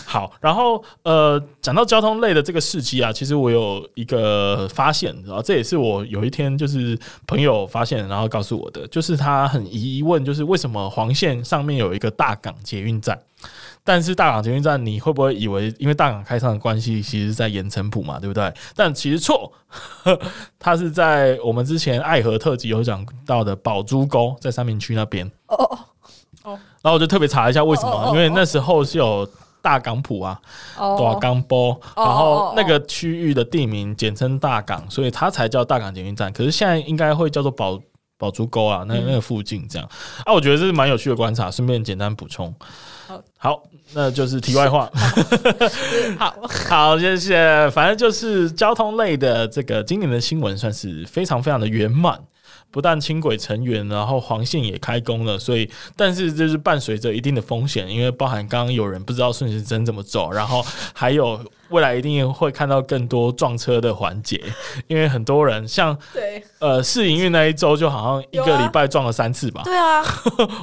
Speaker 2: 好，然后呃，讲到交通类的这个事迹啊，其实我有一个发现，然后这也是我有一天就是朋友发现，然后告诉我的，就是他很疑问，就是为什么黄线上面有一个大港捷运站，但是大港捷运站你会不会以为因为大港开唱的关系，其实是在盐城埔嘛，对不对？但其实错， <laughs> 它是在我们之前爱河特辑有讲到的宝珠沟，在三明区那边。
Speaker 3: 哦哦
Speaker 2: 然后我就特别查一下为什么，
Speaker 3: 哦哦哦
Speaker 2: 因为那时候是有大港埔啊。
Speaker 3: 哦
Speaker 2: 大
Speaker 3: 哦，
Speaker 2: 港波，
Speaker 3: 哦
Speaker 2: 然后那个区域的地名简称大港，所以它才叫大港捷运站。可是现在应该会叫做宝宝珠沟啊，
Speaker 3: 嗯
Speaker 2: 那那个附近这样、啊，我觉得这是蛮有趣的观察，顺便简单补充
Speaker 3: 好。
Speaker 2: 好，那就是题外话。
Speaker 3: <laughs> 好，
Speaker 2: <laughs> 好，谢谢。反正就是交通类的这个今年的新闻算是非常非常的圆满，不但轻轨成员，然后黄线也开工了，所以但是就是伴随着一定的风险，因为包含刚刚有人不知道顺时针怎么走，然后还有未来一定会看到更多撞车的环节，因为很多人像
Speaker 3: 对
Speaker 2: 呃试营运那一周就好像一
Speaker 3: 有
Speaker 2: 个
Speaker 3: 啊
Speaker 2: 礼拜撞了三次吧，
Speaker 3: 对啊，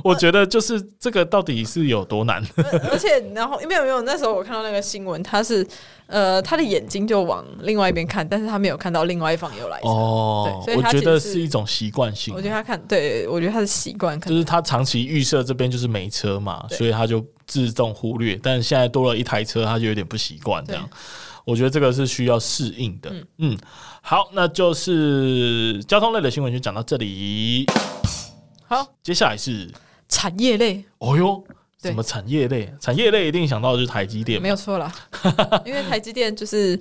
Speaker 2: 我觉得就是这个到底是有多
Speaker 3: <laughs>
Speaker 2: 难？
Speaker 3: 而而且然后没有没有，那时候我看到那个新闻，他是呃他的眼睛就往另外一边看，但是他没有看到另外一方有来车。
Speaker 2: 哦
Speaker 3: 对所以
Speaker 2: 我
Speaker 3: 它
Speaker 2: 觉
Speaker 3: 其实
Speaker 2: 得
Speaker 3: 是
Speaker 2: 是一种习惯性啊
Speaker 3: 我。觉得他看，对我觉得他的习惯可
Speaker 2: 就
Speaker 3: 能
Speaker 2: 是他长期预设这边就是没车嘛，
Speaker 3: 对
Speaker 2: 所以他就自动忽略。但现在多了一台车，他就有点不习惯这样。我觉得这个是需要适应的。嗯好，那就是交通类的新闻就讲到这里。
Speaker 3: 好
Speaker 2: 接下来是，
Speaker 3: 产业类
Speaker 2: 哦哟，
Speaker 3: 对
Speaker 2: 什么产业类？产业类一定想到的就是台积电嘛
Speaker 3: 没有错 <laughs> 啦，因为台积电就是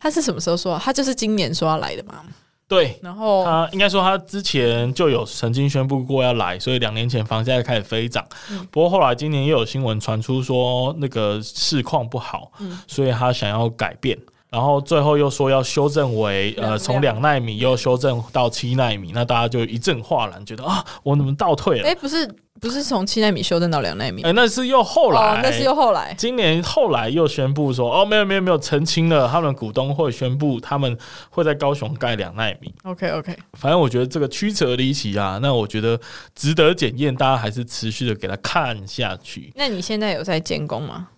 Speaker 3: 他是什么时候说啊？他就是今年说要来的嘛，
Speaker 2: 对。
Speaker 3: 然后
Speaker 2: 他应该说，他之前就有曾经宣布过要来，所以两年前房价就开始飞涨。
Speaker 3: 嗯
Speaker 2: 不过后来今年又有新闻传出说那个市况不好，
Speaker 3: 嗯
Speaker 2: 所以他想要改变。然后最后又说要修正为
Speaker 3: 两
Speaker 2: 呃，从两纳米又修正到七纳米，那大家就一阵哗然，觉得啊，我怎么倒退了？
Speaker 3: 哎、
Speaker 2: 哎、
Speaker 3: 不是不是从七纳米修正到两纳米，
Speaker 2: 那是又后来，
Speaker 3: 哦，那是又后来，
Speaker 2: 今年后来又宣布说，哦，没有没有没有，澄清了，他们股东会宣布他们会在高雄盖两纳米。
Speaker 3: OK OK，
Speaker 2: 反正我觉得这个曲折离奇啊，那我觉得值得检验，大家还是持续的给它看下去。
Speaker 3: 那你现在有在监工吗？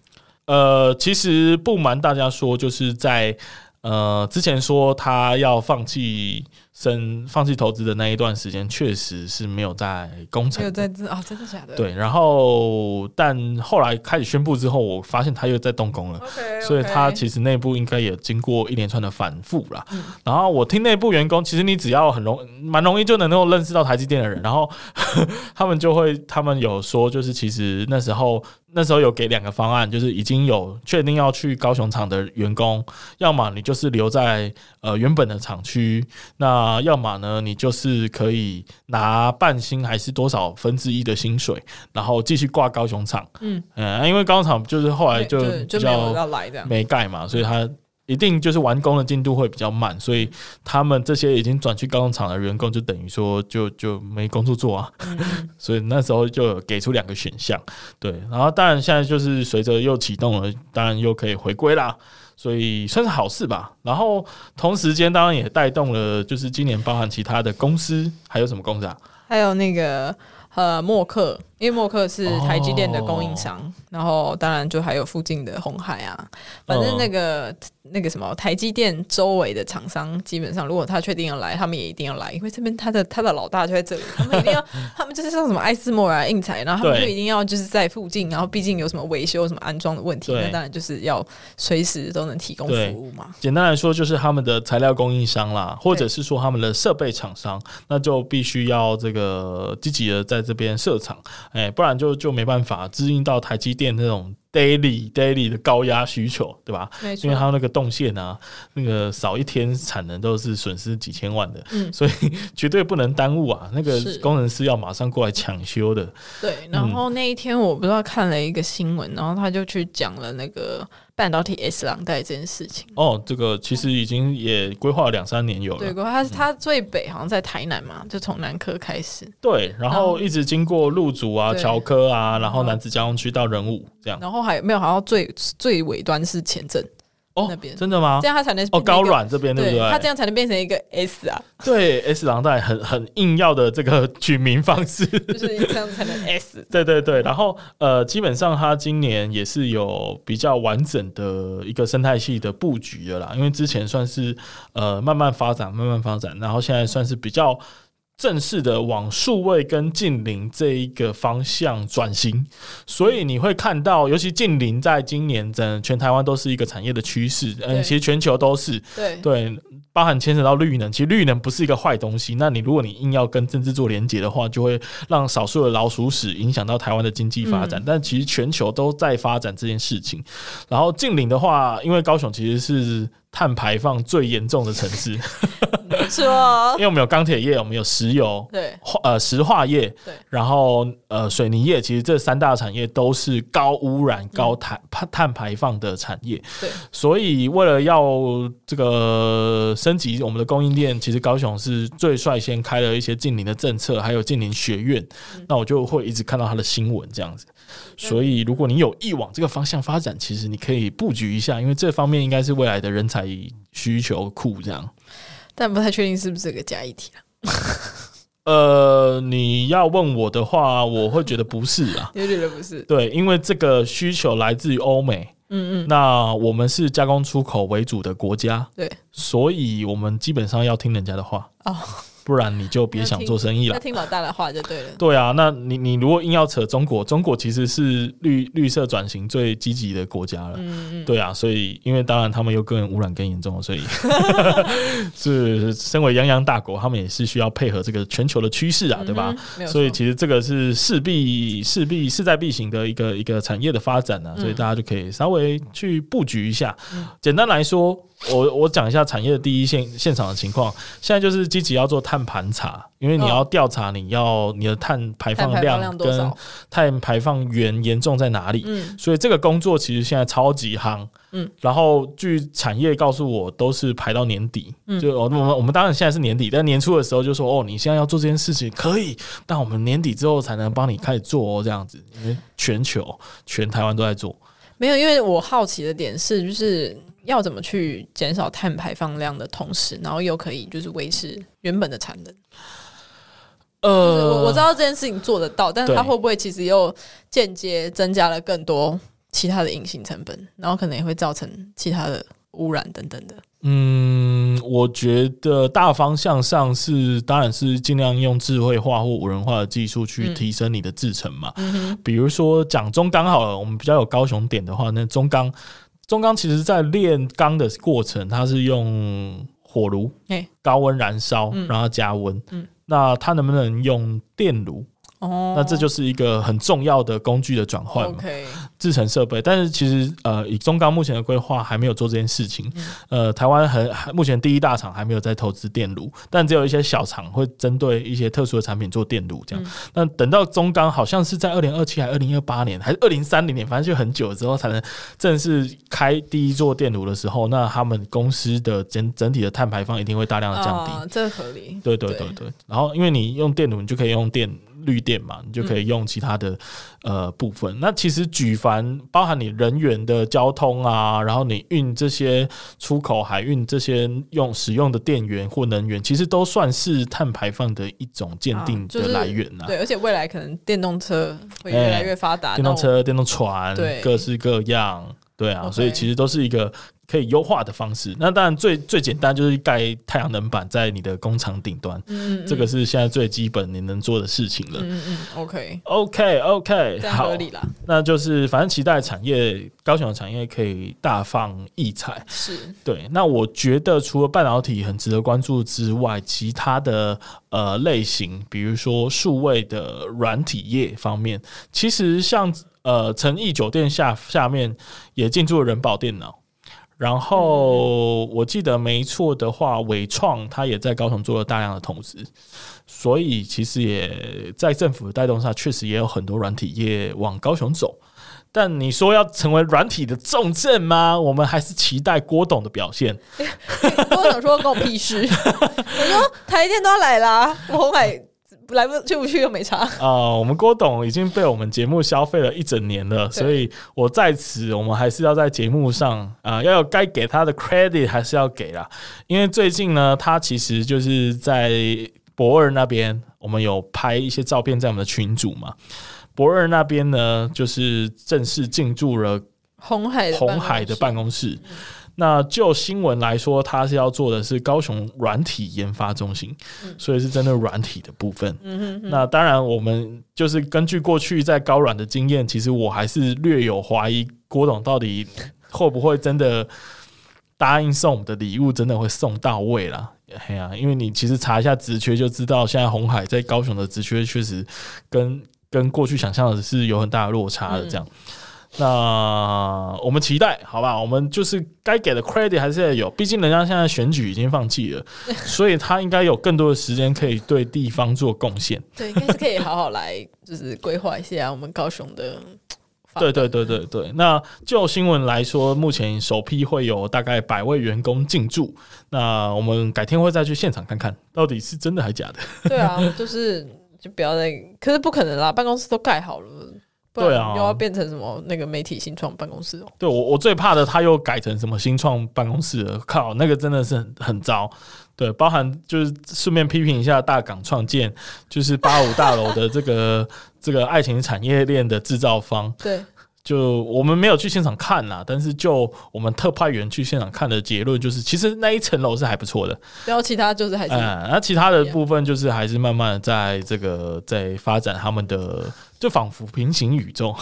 Speaker 2: 呃，其实不瞒大家说，就是在呃之前说他要放弃生放弃投资的那一段时间，确实是没有在工
Speaker 3: 没
Speaker 2: 程
Speaker 3: 有
Speaker 2: 的
Speaker 3: 在这啊、真的假的？
Speaker 2: 对，然后但后来开始宣布之后，我发现他又在动工了。
Speaker 3: ，OK，
Speaker 2: 所以它其实内部应该也经过一连串的反复啦。
Speaker 3: 嗯
Speaker 2: 然后我听内部员工，其实你只要很容蛮容易就能够认识到台积电的人，然后 <laughs> 他们就会他们有说，就是其实那时候那时候有给两个方案，就是已经有确定要去高雄厂的员工，要么你就是留在呃原本的厂区，那要么呢你就是可以拿半薪还是多少分之一的薪水，然后继续挂高雄厂。
Speaker 3: 嗯
Speaker 2: 嗯，因为高雄厂就是后来就
Speaker 3: 就
Speaker 2: 比
Speaker 3: 没
Speaker 2: 较
Speaker 3: 有要来这样。
Speaker 2: 没盖嘛，所以它一定就是完工的进度会比较慢，所以他们这些已经转去高工厂的员工，就等于说就就没工作做啊。 <laughs>
Speaker 3: 嗯
Speaker 2: 所以那时候就有给出两个选项，对，然后当然现在就是随着又启动了，当然又可以回归啦。所以算是好事吧。然后同时间当然也带动了，就是今年包含其他的公司，还有什么公司啊？
Speaker 3: 还有那个呃，默克，因为默克是台积电的供应商，
Speaker 2: 哦
Speaker 3: 然后当然就还有附近的红海啊，反正那个、那个什么台积电周围的厂商，基本上如果他确定要来，他们也一定要来，因为这边他的他的老大就在这里，他们一
Speaker 2: <laughs>
Speaker 3: 定要，他们就是像什么爱斯摩尔、啊、应材，然后他们
Speaker 2: 对
Speaker 3: 就一定要就是在附近，然后毕竟有什么维修、什么安装的问题，
Speaker 2: 对
Speaker 3: 那当然就是要随时都能提供
Speaker 2: 对
Speaker 3: 服务嘛。
Speaker 2: 简单来说，就是他们的材料供应商啦，或者是说他们的设备厂商，那就必须要这个积极的在这边设厂，哎、不然就就没办法支应到台积电那种 daily daily 的高压需求，对吧？
Speaker 3: 没
Speaker 2: 因为它那个动线啊，那个少一天产能都是损失几千万的，
Speaker 3: 嗯
Speaker 2: 所以绝对不能耽误啊！那个
Speaker 3: 是
Speaker 2: 工程师要马上过来抢修的，
Speaker 3: 对，
Speaker 2: 嗯
Speaker 3: 然后那一天我不知道看了一个新闻，然后他就去讲了那个半导体 S 廊带这件事情。
Speaker 2: 哦，这个其实已经也规划了两三年有了，嗯
Speaker 3: 对，他他最北好像在台南嘛，就从南科开始，
Speaker 2: 对，然后一直经过路竹啊、
Speaker 3: 对嗯
Speaker 2: 乔科啊，然
Speaker 3: 后
Speaker 2: 后南子交通区到仁武这样。
Speaker 3: 然后还没有好像最最尾端是前镇，
Speaker 2: 哦
Speaker 3: 那边，
Speaker 2: 真的吗
Speaker 3: 这？样他才能
Speaker 2: 哦，高
Speaker 3: 软，
Speaker 2: 软这边对不
Speaker 3: 对，他这
Speaker 2: 对？
Speaker 3: 样才能变成一个 S 啊，
Speaker 2: 对，S 郎带很很硬要的这个取名方式。
Speaker 3: 就是这样才
Speaker 2: <laughs>
Speaker 3: 能 S。
Speaker 2: 对对对，然后呃，基本上它今年也是有比较完整的一个生态系的布局的啦，因为之前算是呃慢慢发展，慢慢发展，然后现在算是比较正式的往数位跟近邻这一个方向转型，所以你会看到，尤其近邻在今年整全台湾都是一个产业的趋势，嗯、
Speaker 3: 对
Speaker 2: 其实全球都是，
Speaker 3: 对，
Speaker 2: 对，包含牵扯到绿能，其实绿能不是一个坏东西。那你如果你硬要跟政治做连结的话，就会让少数的老鼠屎影响到台湾的经济发
Speaker 3: 嗯
Speaker 2: 展。但其实全球都在发展这件事情。然后近邻的话，因为高雄其实是。碳排放最严重的城
Speaker 3: <laughs>
Speaker 2: 市，因
Speaker 3: 是吗？
Speaker 2: 为我们有钢铁业，我们有石油，
Speaker 3: 对，
Speaker 2: 化呃石化业
Speaker 3: 对，
Speaker 2: 然后呃水泥业，其实这三大产业都是高污
Speaker 3: 嗯
Speaker 2: 染、高碳碳排放的产业。
Speaker 3: 对，
Speaker 2: 所以为了要这个升级我们的供应链，其实高雄是最率先开了一些近邻的政策，还有近邻学院。那我就会一直看到它的新闻这样子。所以如果你有意往这个方向发展，其实你可以布局一下，因为这方面应该是未来的人才需求库这样。
Speaker 3: 但不太确定是不是这个加一体啊？。
Speaker 2: 呃，你要问我的话，我会觉得不是啊
Speaker 3: 有觉得不是？
Speaker 2: 对，因为这个需求来自于欧美，
Speaker 3: 嗯嗯，
Speaker 2: 那我们是加工出口为主的国家，
Speaker 3: 对，
Speaker 2: 所以我们基本上要听人家的话，
Speaker 3: 哦，
Speaker 2: 不然你就别想做生意
Speaker 3: 要
Speaker 2: 了。
Speaker 3: 听老大的话就对了。
Speaker 2: <laughs> 对啊，那你你如果硬要扯中国，中国其实是绿绿色转型最积极的国家了。
Speaker 3: 嗯嗯，
Speaker 2: 对啊，所以因为当然他们又更污染更严重，所
Speaker 3: <laughs>
Speaker 2: 以是身为泱泱大国，他们也是需要配合这个全球的趋势啊，对吧？
Speaker 3: 嗯？没有错
Speaker 2: 所以其实这个是势必势必势在必行的一个一个产业的发展呢、
Speaker 3: 嗯
Speaker 2: 所以大家就可以稍微去布局一下。简单来说，我我讲一下产业的第一现现场的情况。现在就是积极要做碳盘查，因为你
Speaker 3: 嗯
Speaker 2: 要调查你要你的碳排
Speaker 3: 碳
Speaker 2: 放
Speaker 3: 排放
Speaker 2: 量
Speaker 3: 量多
Speaker 2: 跟
Speaker 3: 少？
Speaker 2: 碳排放源严重在哪里。
Speaker 3: 嗯，
Speaker 2: 所以这个工作其实现在超级夯，
Speaker 3: 嗯，
Speaker 2: 然后据产业告诉我，都是排到年底，
Speaker 3: 嗯
Speaker 2: 就哦我们我们我们当然现在是年底，但年初的时候就说哦，你现在要做这件事情可以，但我们年底之后才能帮你开始做哦，这样子，因为全球全台湾都在做，
Speaker 3: 没有，因为我好奇的点是，就是要怎么去减少碳排放量的同时，然后又可以就是维持原本的产能。就是嗯我
Speaker 2: 呃
Speaker 3: 我知道这件事情做得到，但是它
Speaker 2: 对
Speaker 3: 会不会其实又间接增加了更多其他的隐形成本，然后可能也会造成其他的污染等等的。
Speaker 2: 嗯，我觉得大方向上是，当然是尽量用智慧化或无人化的技术去
Speaker 3: 嗯
Speaker 2: 提升你的制程嘛。比如说讲中钢好了，我们比较有高雄点的话，那中钢中钢其实在炼钢的过程，它是用火炉
Speaker 3: 哎、
Speaker 2: 高温燃烧，
Speaker 3: 嗯
Speaker 2: 然后加温。
Speaker 3: 嗯
Speaker 2: 那它能不能用电炉？
Speaker 3: 哦，
Speaker 2: 那这就是一个很重要的工具的转换嘛。
Speaker 3: OK，
Speaker 2: 制成设备，但是其实呃，以中钢目前的规划还没有做这件事情。呃，台湾很还目前第一大厂还没有在投资电炉，但只有一些小厂会针对一些特殊的产品做电炉这样。那等到中钢好像是在二零二七还二零二八年还是二零三零年，反正就很久之后才能正式开第一座电炉的时候，那他们公司的整整体的碳排放一定会大量的降低。
Speaker 3: 啊，这合理。
Speaker 2: 对对对对，然后因为你用电炉，你就可以用电绿电嘛，你就可以用其他的、
Speaker 3: 嗯
Speaker 2: 呃部分。那其实举凡包含你人员的交通啊，然后你运这些出口海运这些用使用的电源或能源，其实都算是碳排放的一种鉴定
Speaker 3: 啊就
Speaker 2: 的
Speaker 3: 是
Speaker 2: 来源啊。
Speaker 3: 对，而且未来可能电动车会越来越发达，
Speaker 2: 电动
Speaker 3: 那我
Speaker 2: 车、电动船，
Speaker 3: 对
Speaker 2: 各式各样，对啊
Speaker 3: OK
Speaker 2: 所以其实都是一个可以优化的方式。那当然最最简单就是盖太阳能板在你的工厂顶端，
Speaker 3: 嗯嗯
Speaker 2: 这个是现在最基本你能做的事情了。
Speaker 3: 嗯嗯嗯，OK，
Speaker 2: OK OK，
Speaker 3: 这样
Speaker 2: 好
Speaker 3: 合，理啦，
Speaker 2: 那就是反正期待产业高雄的产业可以大放异彩。
Speaker 3: 是
Speaker 2: 对，那我觉得除了半导体很值得关注之外，其他的呃类型，比如说数位的软体业方面，其实像呃诚毅酒店下下面也进驻了人保电脑。然后我记得没错的话，伟创它也在高雄做了大量的投资，所以其实也在政府的带动下，确实也有很多软体业往高雄走。但你说要成为软体的重镇吗？我们还是期待郭董的表现。
Speaker 3: 郭总说关我屁事，我说台电都要来啦，我红海来不去不去又没差。
Speaker 2: 啊！我们郭董已经被我们节目消费了一整年了，
Speaker 3: 对
Speaker 2: 所以我在此，我们还是要在节目上啊、要有该给他的 credit 还是要给啦，因为最近呢，他其实就是在博尔那边，我们有拍一些照片在我们的群组嘛。博尔那边呢，就是正式进驻了
Speaker 3: 红海的
Speaker 2: 红海的办公室。嗯那就新闻来说，他是要做的是高雄软体研发中心，所以是针对软体的部分。那当然，我们就是根据过去在高软的经验，其实我还是略有怀疑郭董到底会不会真的答应送我们的礼物，真的会送到位啦。嘿呀、因为你其实查一下职缺就知道，现在红海在高嗯雄的职缺确实跟跟过去想象的是有很大的落差的，这样。那我们期待，好吧？我们就是该给的 credit 还是要有，毕竟人家现在选举已经放弃了，所以他应该有更多的时间可以对地方做贡献。
Speaker 3: 对，应该是可以好好来，就是规划一下我们高雄的。
Speaker 2: 对对对对对。那就新闻来说，目前首批会有大概百位员工进驻，那我们改天会再去现场看看，到底是真的还假的。
Speaker 3: 对 <laughs> 啊，就是就不要再，可是不可能啦，办公室都盖好了，不
Speaker 2: 对
Speaker 3: 然
Speaker 2: 啊
Speaker 3: 又要变成什么那个媒体新创办公室哦。
Speaker 2: 对我我最怕的，他又改成什么新创办公室了，靠，那个真的是很很糟。对，包含就是顺便批评一下大港创建，就是八五大楼的这个这个爱情产业链的制造方，
Speaker 3: 对，
Speaker 2: 就我们没有去现场看啦，但是就我们特派员去现场看的结论就是，其实那一层楼是还不错的，
Speaker 3: 然后其他就是还是、
Speaker 2: 嗯，那其他的部分就是还是慢慢的在这个在发展他们的，就仿佛平行宇宙，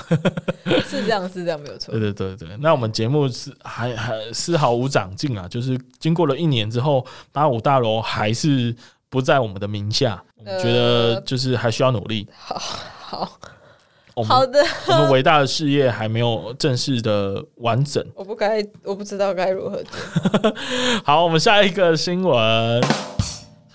Speaker 3: 是这样，是这样，没有错
Speaker 2: 对。对对对，那我们节目是还还丝毫无长进啊，就是经过了一年之后，八五大楼还是不在我们的名下，我们觉得就是还需要努力。
Speaker 3: 呃好
Speaker 2: 我们
Speaker 3: 好的，
Speaker 2: 我们伟大的事业还没有正式的完整。
Speaker 3: 我不该，我不知道该如何做。
Speaker 2: 好，我们下一个新闻，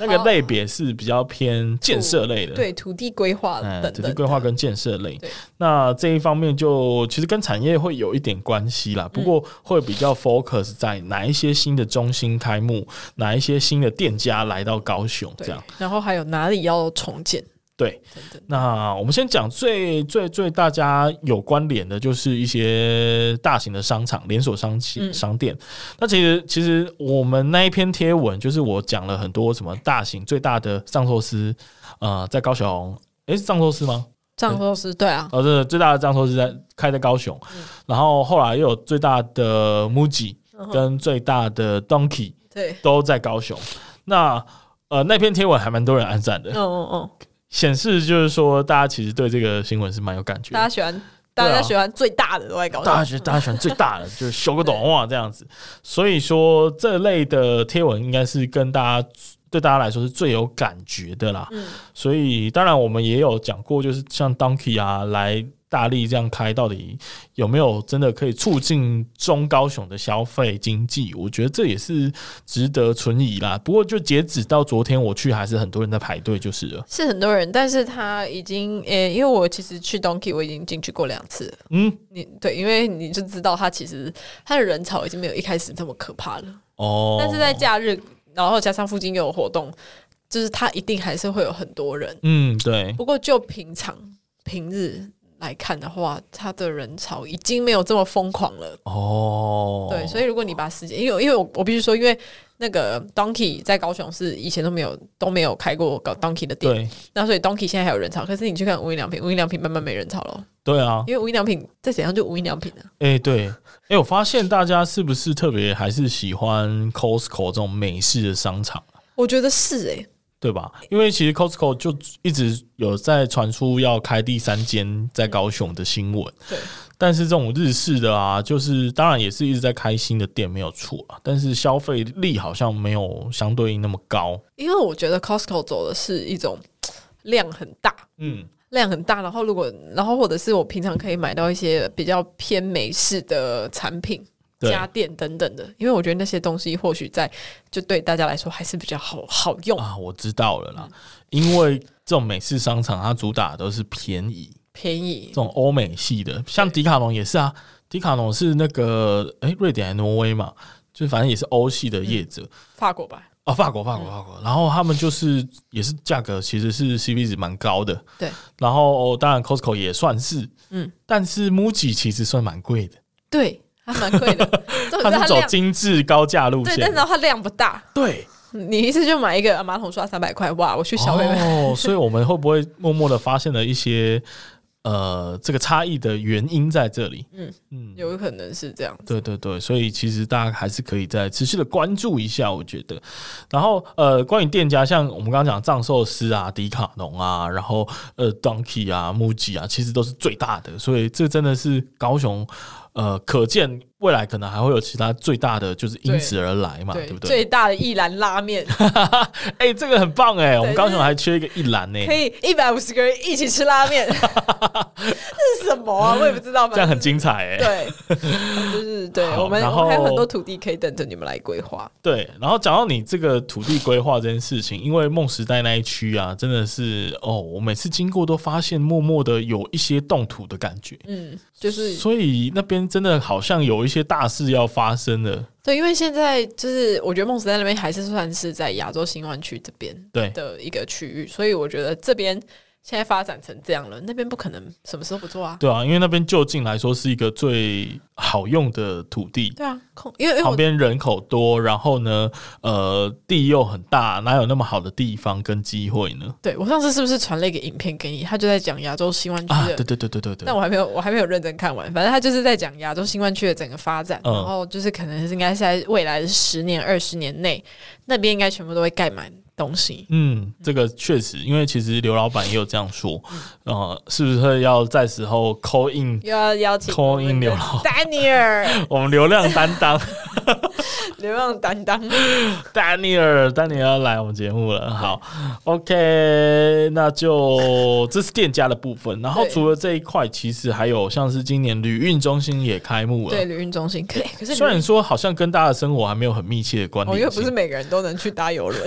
Speaker 2: 那个
Speaker 3: 好
Speaker 2: 类别是比较偏建设类的，
Speaker 3: 对土地规划
Speaker 2: 嗯
Speaker 3: 等等
Speaker 2: 土
Speaker 3: 的，
Speaker 2: 地规划跟建设类
Speaker 3: 对，
Speaker 2: 那这一方面就其实跟产业会有一点关系啦，
Speaker 3: 嗯
Speaker 2: 不过会比较 focus 在哪一些新的中心开幕，哪一些新的店家来到高雄这
Speaker 3: 对
Speaker 2: 样。，
Speaker 3: 然后还有哪里要重建
Speaker 2: 对，
Speaker 3: 等等。
Speaker 2: 那我们先讲最最最大家有关联的，就是一些大型的商场、连锁商企
Speaker 3: 嗯
Speaker 2: 商店。那其实其实我们那一篇贴文，就是我讲了很多什么大型最大的藏寿司，呃，在高雄，诶、是藏寿司吗？
Speaker 3: 藏寿司对啊，
Speaker 2: 哦，对，最大的藏寿司在开在高雄，然后后来又有最大的 MUJI
Speaker 3: 嗯
Speaker 2: 跟最大的 Donkey <laughs>
Speaker 3: 对，
Speaker 2: 都在高雄。那呃，那篇贴文还蛮多人按赞
Speaker 3: 嗯
Speaker 2: 的，
Speaker 3: 嗯嗯，
Speaker 2: 显示就是说大家其实对这个新闻是蛮有感觉
Speaker 3: 大家
Speaker 2: 的。
Speaker 3: 喜欢，大家喜欢最大的都在搞
Speaker 2: 啊大家
Speaker 3: 大
Speaker 2: 觉得大家喜欢最大的就是修个短袜这样子，所以说这类的贴文应该是跟大家对大家来说是最有感觉的啦。
Speaker 3: 嗯
Speaker 2: 所以当然我们也有讲过，就是像 Donkey 啊来大力这样开，到底有没有真的可以促进中高雄的消费经济？我觉得这也是值得存疑啦。不过就截止到昨天我去，还是很多人在排队，就是了。
Speaker 3: 是很多人，但是他已经，诶、因为我其实去 Donkey 我已经进去过两次了，
Speaker 2: 嗯，
Speaker 3: 你对，因为你就知道他其实他的人潮已经没有一开始这么可怕了，
Speaker 2: 哦，
Speaker 3: 但是在假日，然后加上附近又有活动，就是他一定还是会有很多人。
Speaker 2: 嗯，对，
Speaker 3: 不过就平常平日来看的话，他的人潮已经没有这么疯狂了。
Speaker 2: 哦，
Speaker 3: 对，所
Speaker 2: 以
Speaker 3: 以如果你把时间，因为因为我我必须说，因为那个 Donkey 在高雄是以前都没有都没有开过搞 Donkey 的店，
Speaker 2: 对
Speaker 3: 那所以 Donkey 现在还有人潮。可是你去看无印良品，无印良品慢慢没人潮了，
Speaker 2: 对啊，
Speaker 3: 因为无印良品再怎样就无印良品了、啊。
Speaker 2: 哎、对，哎、我发现大家是不是特别还是喜欢 Costco 这种美式的商场？啊
Speaker 3: 我觉得是欸诶、
Speaker 2: 对吧？因为其实 Costco 就一直有在传出要开第三间在高雄的新闻，
Speaker 3: 对，
Speaker 2: 但是这种日式的啊，就是当然也是一直在开新的店没有错啊，但是消费力好像没有相对应那么高。
Speaker 3: 因为我觉得 Costco 走的是一种量很大，
Speaker 2: 嗯，
Speaker 3: 量很大，然后如果然后或者是我平常可以买到一些比较偏美式的产品、
Speaker 2: 对
Speaker 3: 家电等等的，因为我觉得那些东西或许在就对大家来说还是比较好好用、
Speaker 2: 啊，我知道了啦，因为这种美式商场它主打的都是便宜，
Speaker 3: 便宜
Speaker 2: 这。种欧美系的，像迪卡侬也是啊，迪卡侬是那个诶、瑞典还是挪威嘛，就反正也是欧系的业者，
Speaker 3: 法国吧，
Speaker 2: 哦，法国，法国，法
Speaker 3: 嗯
Speaker 2: 国。然后他们就是也是价格其实是 CP 值蛮高的，
Speaker 3: 对。
Speaker 2: 然后哦当然 Costco 也算是，
Speaker 3: 嗯，
Speaker 2: 但是 MUJI 其实算蛮贵的，
Speaker 3: 对，还蛮贵
Speaker 2: <laughs>
Speaker 3: 的。重
Speaker 2: 它是
Speaker 3: 点是它
Speaker 2: 走
Speaker 3: 量
Speaker 2: 精致高价路
Speaker 3: 对，
Speaker 2: 线
Speaker 3: 但是。它量不大，
Speaker 2: 对，
Speaker 3: 你一次就买一个马桶刷三百块，哇！我去小妹妹， <laughs>
Speaker 2: 哦，所以我们会不会默默的发现了一些呃这个差异的原因在这里？
Speaker 3: 嗯
Speaker 2: 嗯，
Speaker 3: 有可能是这样。
Speaker 2: 对对对，所以其实大家还是可以再持续的关注一下，我觉得。然后呃，关于店家，像我们刚刚讲藏寿司啊、迪卡侬啊，然后呃 Donkey 啊、MUJI 啊，其实都是最大的，所以这真的是高雄呃，可见未来可能还会有其他最大的，就是因
Speaker 3: 对
Speaker 2: 此而来嘛，对不
Speaker 3: 最
Speaker 2: 对？
Speaker 3: 大的一篮拉面
Speaker 2: 哎、这个很棒哎、我们
Speaker 3: 对
Speaker 2: 高
Speaker 3: 就
Speaker 2: 雄
Speaker 3: 是
Speaker 2: 还缺一个一栏呢、
Speaker 3: 可以一百五十个人一起吃
Speaker 2: <laughs>
Speaker 3: 拉面，这是什么啊？我也不知道，
Speaker 2: 这样很
Speaker 3: 精
Speaker 2: 精彩哎、
Speaker 3: 对，就是对
Speaker 2: 好
Speaker 3: 我们
Speaker 2: 然
Speaker 3: 我们还有很
Speaker 2: 后
Speaker 3: 多土地可以等着你们来规划。
Speaker 2: 对，然后讲到你这个土地规划这件事情，因为梦时代那一区啊，真的是哦，我每次经过都发现默默的有一些动土的感觉，
Speaker 3: 嗯，就是
Speaker 2: 所以那边真的好像有一些大事要发生了。
Speaker 3: 对，因为现在就是我觉得梦时代那边还是算是在亚洲新湾区这边
Speaker 2: 对
Speaker 3: 的一个区域，所以我觉得这边现在发展成这样了，那边不可能什么时候不做啊。
Speaker 2: 对啊，因为那边就近来说是一个最好用的土地，
Speaker 3: 对啊，空因为因为
Speaker 2: 旁
Speaker 3: 我
Speaker 2: 边人口多，然后呢，呃，地又很大，哪有那么好的地方跟机会呢？
Speaker 3: 对我上次是不是传了一个影片给你？他就在讲亚洲新湾区
Speaker 2: 啊，
Speaker 3: 的
Speaker 2: 对对对对对对
Speaker 3: 但，我还没有，我还没有认真看完。反正他就是在讲亚洲新湾区的整个发展，
Speaker 2: 嗯
Speaker 3: 然后就是可能是应该是在未来的十年、二十年内，那边应该全部都会盖满东西。
Speaker 2: 嗯，这个确实，因为其实刘老板也有这样说，
Speaker 3: 嗯
Speaker 2: 呃，是不是要在时候扣印
Speaker 3: 又要邀请
Speaker 2: Call in
Speaker 3: 我们的
Speaker 2: 流浪
Speaker 3: 丹尼尔
Speaker 2: 我们流量担当
Speaker 3: <laughs> 流浪担当，
Speaker 2: 丹尼尔，丹尼尔要来我们节目了。好，OK，那就这是店家的部分。然后
Speaker 3: 对
Speaker 2: 除了这一块，其实还有像是今年旅运中心也开幕
Speaker 3: 对
Speaker 2: 了。
Speaker 3: 旅运中心。可可是
Speaker 2: 虽然
Speaker 3: 旅
Speaker 2: 说好像跟大家的生活还没有很密切的关
Speaker 3: 哦，因为
Speaker 2: 联
Speaker 3: 不
Speaker 2: 性，
Speaker 3: 是每个人都能去搭
Speaker 2: <laughs>
Speaker 3: 游轮，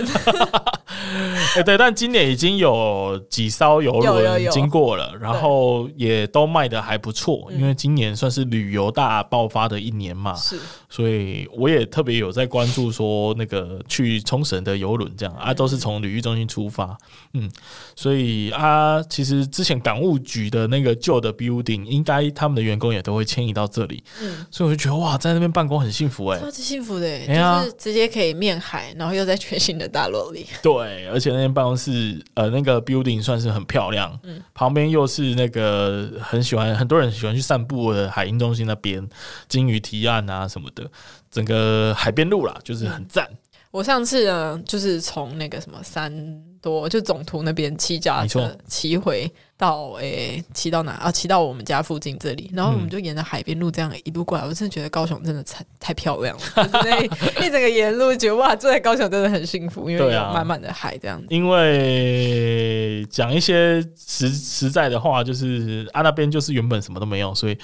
Speaker 2: 哎、对，但今年已经有几艘游
Speaker 3: 有有
Speaker 2: 轮
Speaker 3: 有
Speaker 2: 经过了，然后也都卖的还不错，
Speaker 3: 嗯
Speaker 2: 因为今年算是旅游大爆发的一年嘛，
Speaker 3: 是
Speaker 2: 所以我也特别有在关注说那个去冲绳的游轮这样
Speaker 3: 嗯
Speaker 2: 啊，都是从旅域中心出发，嗯，所以啊，其实之前港务局的那个旧的 building，应该他们的员工也都会迁移到这里，
Speaker 3: 嗯
Speaker 2: 所以我就觉得哇，在那边办公很幸福哎、
Speaker 3: 超级幸福的耶，
Speaker 2: 哎呀
Speaker 3: 就是直接可以面海，然后又在全新的大楼里，
Speaker 2: 对，而且那间办公室，呃，那个 building 算是很漂亮，旁边又是那个很喜欢很多人喜欢去散步的海鹰中心那边，金鱼提案啊什么的，整个海边路啦，就是很赞。
Speaker 3: 我上次呢，就是从那个什么三多，就总图那边骑脚踏
Speaker 2: 没
Speaker 3: 车
Speaker 2: 错
Speaker 3: 骑回到诶，骑、到哪啊？骑到我们家附近这里，然后
Speaker 2: 嗯
Speaker 3: 我们就沿着海边路这样一路过来，我真的觉得高雄真的太太漂亮了，就是那一
Speaker 2: <laughs>
Speaker 3: 一整个沿路觉得哇，住在高雄真的很幸福，因为
Speaker 2: 对
Speaker 3: 有
Speaker 2: 啊
Speaker 3: 满满的海这样子。
Speaker 2: 因为讲一些实实在的话，就是啊那边就是原本什么都没有，所以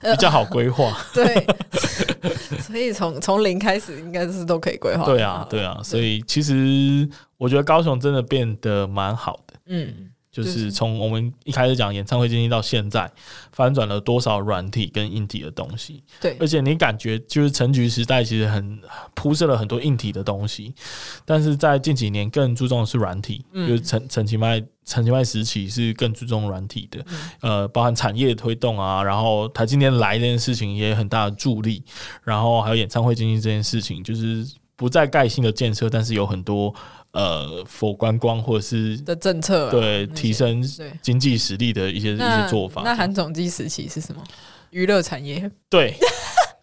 Speaker 2: 比较好规划。
Speaker 3: 对， <laughs> 所以从从零开始应该是都可以规划。
Speaker 2: 对啊，对啊，所以其实我觉得高雄真的变得蛮好的。
Speaker 3: 嗯，
Speaker 2: 就
Speaker 3: 就是是
Speaker 2: 从我们一开始讲演唱会经历到现在，翻转了多少软体跟硬体的东西，
Speaker 3: 对
Speaker 2: 而，且你感觉就是陈局时代其实很铺设了很多硬体的东西，但是在近几年更注重的是软体，
Speaker 3: 嗯
Speaker 2: 就是陈陈其迈陈其迈时期是更注重软体的，
Speaker 3: 嗯
Speaker 2: 呃，包含产业推动啊，然后台积电来这件事情也很大的助力，然后还有演唱会经济这件事情，就是不再盖新的建设，但是有很多呃佛观光或者是
Speaker 3: 的政策啊、
Speaker 2: 对
Speaker 3: 那些
Speaker 2: 提升
Speaker 3: 对
Speaker 2: 经济实力的一些一
Speaker 3: 那
Speaker 2: 些做法。
Speaker 3: 那韩总机时期是什么？娱乐产业
Speaker 2: 对，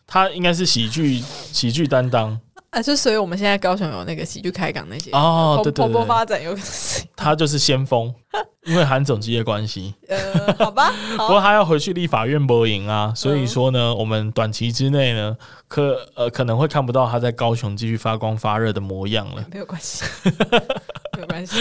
Speaker 2: 他应该是喜剧喜剧担
Speaker 3: <laughs>
Speaker 2: 当
Speaker 3: 啊，就所以我们现在高雄有那个喜剧开港那些
Speaker 2: 哦，对对
Speaker 3: 蓬勃
Speaker 2: 对，
Speaker 3: 发展有可能。
Speaker 2: 他就是先
Speaker 3: <laughs>
Speaker 2: 锋，因为韩总机的关系。 <laughs>
Speaker 3: 呃，好吧，
Speaker 2: 不
Speaker 3: 好
Speaker 2: 过他要回去立法院播赢啊，所以说
Speaker 3: 嗯
Speaker 2: 呢，我们短期之内呢，可呃可能会看不到他在高雄继续发光发热的模样了。
Speaker 3: 没有关系， <laughs> 没有关系。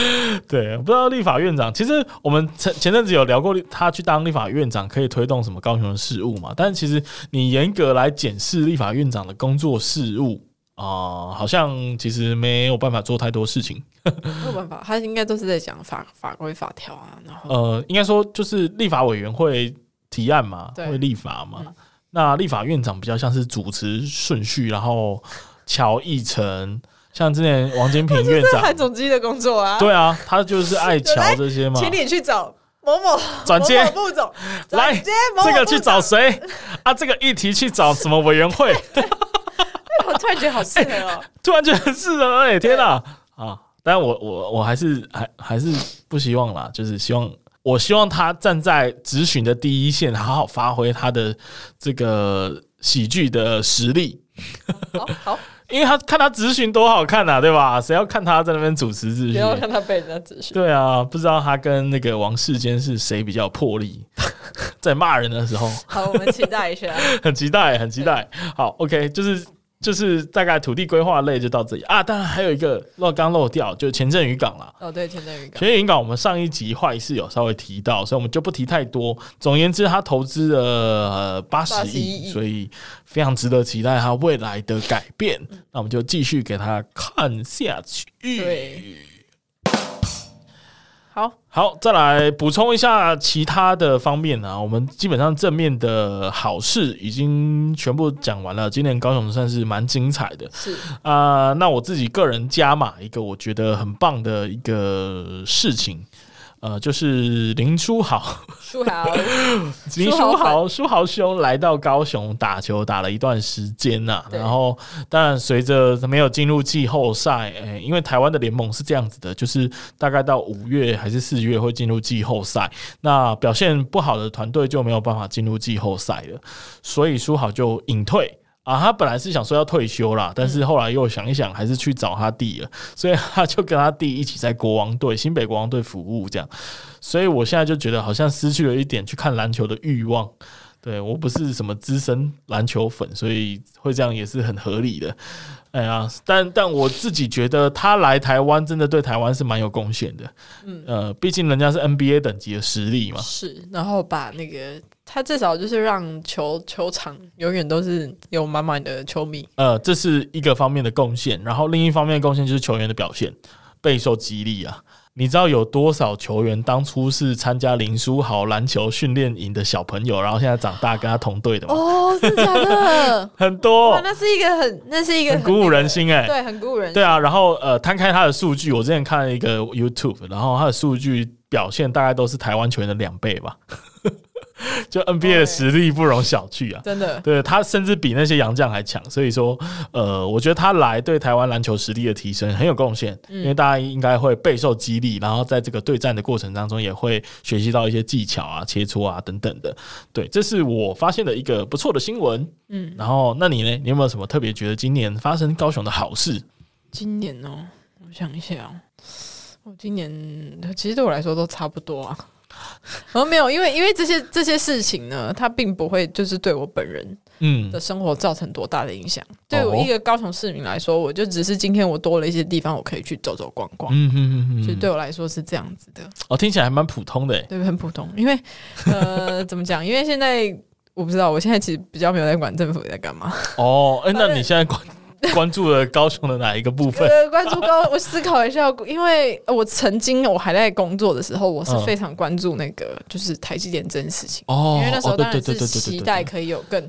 Speaker 2: 对，不知道立法院长，其实我们前前阵子有聊过立，他去当立法院长可以推动什么高雄的事务嘛？但其实你严格来检视立法院长的工作事务啊、好像其实没有办法做太多事情。
Speaker 3: 没有办法，他应该都是在讲法法规法条啊，然后
Speaker 2: 呃，应该说就是立法委员会提案嘛，
Speaker 3: 对
Speaker 2: 会立法嘛。
Speaker 3: 嗯
Speaker 2: 那立法院长比较像是主持顺序，然后乔议程，像之前王金平院
Speaker 3: <laughs> 这
Speaker 2: 长，
Speaker 3: 韩总机的工作啊，
Speaker 2: 对啊，他就是爱乔
Speaker 3: 来
Speaker 2: 这些嘛。
Speaker 3: 请你去找某某
Speaker 2: 转啊接
Speaker 3: 某某部总，
Speaker 2: 来
Speaker 3: 转接某某
Speaker 2: 这
Speaker 3: 部
Speaker 2: 个
Speaker 3: 长
Speaker 2: 去找，谁啊？这个议题去找什么委员
Speaker 3: <laughs>
Speaker 2: 会？
Speaker 3: 我突然觉得好适合
Speaker 2: <laughs>
Speaker 3: 哦，
Speaker 2: 突然觉得很适合哎、天哪啊！但我我我还是还还是不希望啦，就是希望我希望他站在咨询的第一线，好好发挥他的这个喜剧的实力。
Speaker 3: 好好，
Speaker 2: 因为他看他咨询多好看呐、啊，对吧？谁要看他在那边主持咨询？
Speaker 3: 不要让他被人家指示。
Speaker 2: 对啊，不知道他跟那个王世坚是谁比较有魄力，在骂人的时候，
Speaker 3: 好，我们期待一下。
Speaker 2: 很期待，很期待。好，OK，就是就是大概土地规划类就到这里啊。当然还有一个漏刚漏掉，就是前镇渔港啦。
Speaker 3: 哦，对，前阵
Speaker 2: <laughs>
Speaker 3: 渔港
Speaker 2: 前镇渔港我们上一集坏事有稍微提到，所以我们就不提太多。总而言之，他投资了八十
Speaker 3: 81
Speaker 2: 亿，
Speaker 3: 亿
Speaker 2: 所以非常值得期待他未来的改变。那我们就继续给他看下去。
Speaker 3: 对。好，
Speaker 2: 好，再来补充一下其他的方面啊，我们基本上正面的好事已经全部讲完了。今年高雄算是蛮精彩的
Speaker 3: 是
Speaker 2: 啊、那我自己个人加码一个我觉得很棒的一个事情，呃，就是林书豪，<laughs>
Speaker 3: 书豪，
Speaker 2: 林
Speaker 3: 书
Speaker 2: 书
Speaker 3: 豪粉
Speaker 2: 豪，书豪兄来到高雄打球，打了一段时间呐、
Speaker 3: 对
Speaker 2: 然后，当然随着没有进入季后赛，诶、因为台湾的联盟是这样子的，就是大概到五月还是四月会进入季后赛。那表现不好的团队就没有办法进入季后赛了，所以书豪就隐退。啊，他本来是想说要退休啦，但是后来又想一想，还是去找他弟了，所以他就跟他弟一起在国王队、新北国王队服务这样。所以我现在就觉得好像失去了一点去看篮球的欲望。对我不是什么资深篮球粉，所以会这样也是很合理的。哎呀，但但我自己觉得他来台湾真的对台湾是蛮有贡献的。嗯，呃，毕竟人家是 NBA 等级的实力嘛。
Speaker 3: 是，然后把那个他至少就是让球球场永远都是有满满的球迷，
Speaker 2: 呃，这是一个方面的贡献，然后另一方面的贡献就是球员的表现备受激励啊。你知道有多少球员当初是参加林书豪篮球训练营的小朋友，然后现在长大跟他同队的吗？，
Speaker 3: 哦，是假 <laughs> 的
Speaker 2: 很多
Speaker 3: 哇，，那是一个很，那是一个
Speaker 2: 很鼓舞人心哎、
Speaker 3: 那个，对，很鼓舞人心，
Speaker 2: 对啊，然后呃，摊开他的数据，我之前看了一个 YouTube，然后他的数据表现大概都是台湾球员的两倍吧， <laughs> 就 NBA 的实力不容小觑啊。
Speaker 3: 真 <laughs> 的，
Speaker 2: 对他甚至比那些洋将还强，所以说，呃，我觉得他来对台湾篮球实力的提升很有贡献，
Speaker 3: 嗯
Speaker 2: 因为大家应该会备受激励，然后在这个对战的过程当中也会学习到一些技巧啊、切磋啊等等的。对，这是我发现的一个不错的新闻。嗯，然后那你呢？你有没有什么特别觉得今年发生高雄的好事？
Speaker 3: 今年哦，我想一下哦，我今年其实对我来说都差不
Speaker 2: <laughs>
Speaker 3: 多啊。然后没有，因为因为这些这些事情呢，它并不会就是对我本人
Speaker 2: 嗯
Speaker 3: 的生活造成多大的影响。对我
Speaker 2: 哦
Speaker 3: 一个高雄市民来说，我就只是今天我多了一些地方，我可以去走走逛逛。
Speaker 2: 嗯嗯
Speaker 3: 其实
Speaker 2: 嗯嗯，
Speaker 3: 对我来说是这样子的，
Speaker 2: 哦，听起来还蛮普通的欸。
Speaker 3: 对，很普通。因为呃， <laughs> 怎么讲？因为现在我不知道，我现在其实比较没有在管政府在干嘛。
Speaker 2: 哦，哎、那你现在关关注了高雄的哪一个部分？
Speaker 3: 呃，关注高，我思考一下，因为呃我曾经我还在工作的时候，我是
Speaker 2: 嗯
Speaker 3: 非常关注那个就是台积电这件事情，
Speaker 2: 哦，
Speaker 3: <laughs> 因为那时候
Speaker 2: 哦对
Speaker 3: 当
Speaker 2: 对对
Speaker 3: 然是
Speaker 2: 对对对
Speaker 3: 期
Speaker 2: 对
Speaker 3: 待可以有更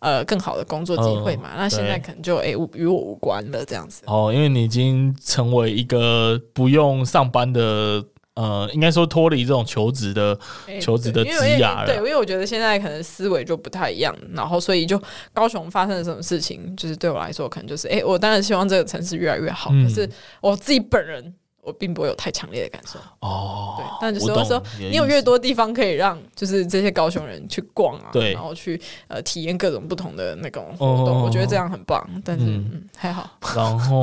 Speaker 3: 呃更好的工作机会嘛。
Speaker 2: 嗯
Speaker 3: 那现在
Speaker 2: 对
Speaker 3: 可能就诶无与我无关了这样子。
Speaker 2: 哦，因为你已经成为一个不用上班的，呃，应该说脱离这种求职的，
Speaker 3: 诶
Speaker 2: 求职的
Speaker 3: 哎对因为
Speaker 2: 职涯了啊
Speaker 3: 对，因为我觉得现在可能思维就不太一样，然后所以就高雄发生了什么事情，就是对我来说可能就是诶，我当然希望这个城市越来越好，
Speaker 2: 嗯
Speaker 3: 可是我自己本人我并不会有太强烈的感受。对
Speaker 2: 哦，，
Speaker 3: 但就
Speaker 2: 我
Speaker 3: 是
Speaker 2: 懂
Speaker 3: 说，
Speaker 2: 你的
Speaker 3: 你有
Speaker 2: 意
Speaker 3: 越
Speaker 2: 思
Speaker 3: 多地方可以让就是这些高雄人去逛啊，
Speaker 2: 对
Speaker 3: 然后去呃体验各种不同的那种
Speaker 2: 哦
Speaker 3: 活动，我觉得这样很棒。但是
Speaker 2: 嗯
Speaker 3: 嗯还好，
Speaker 2: 然后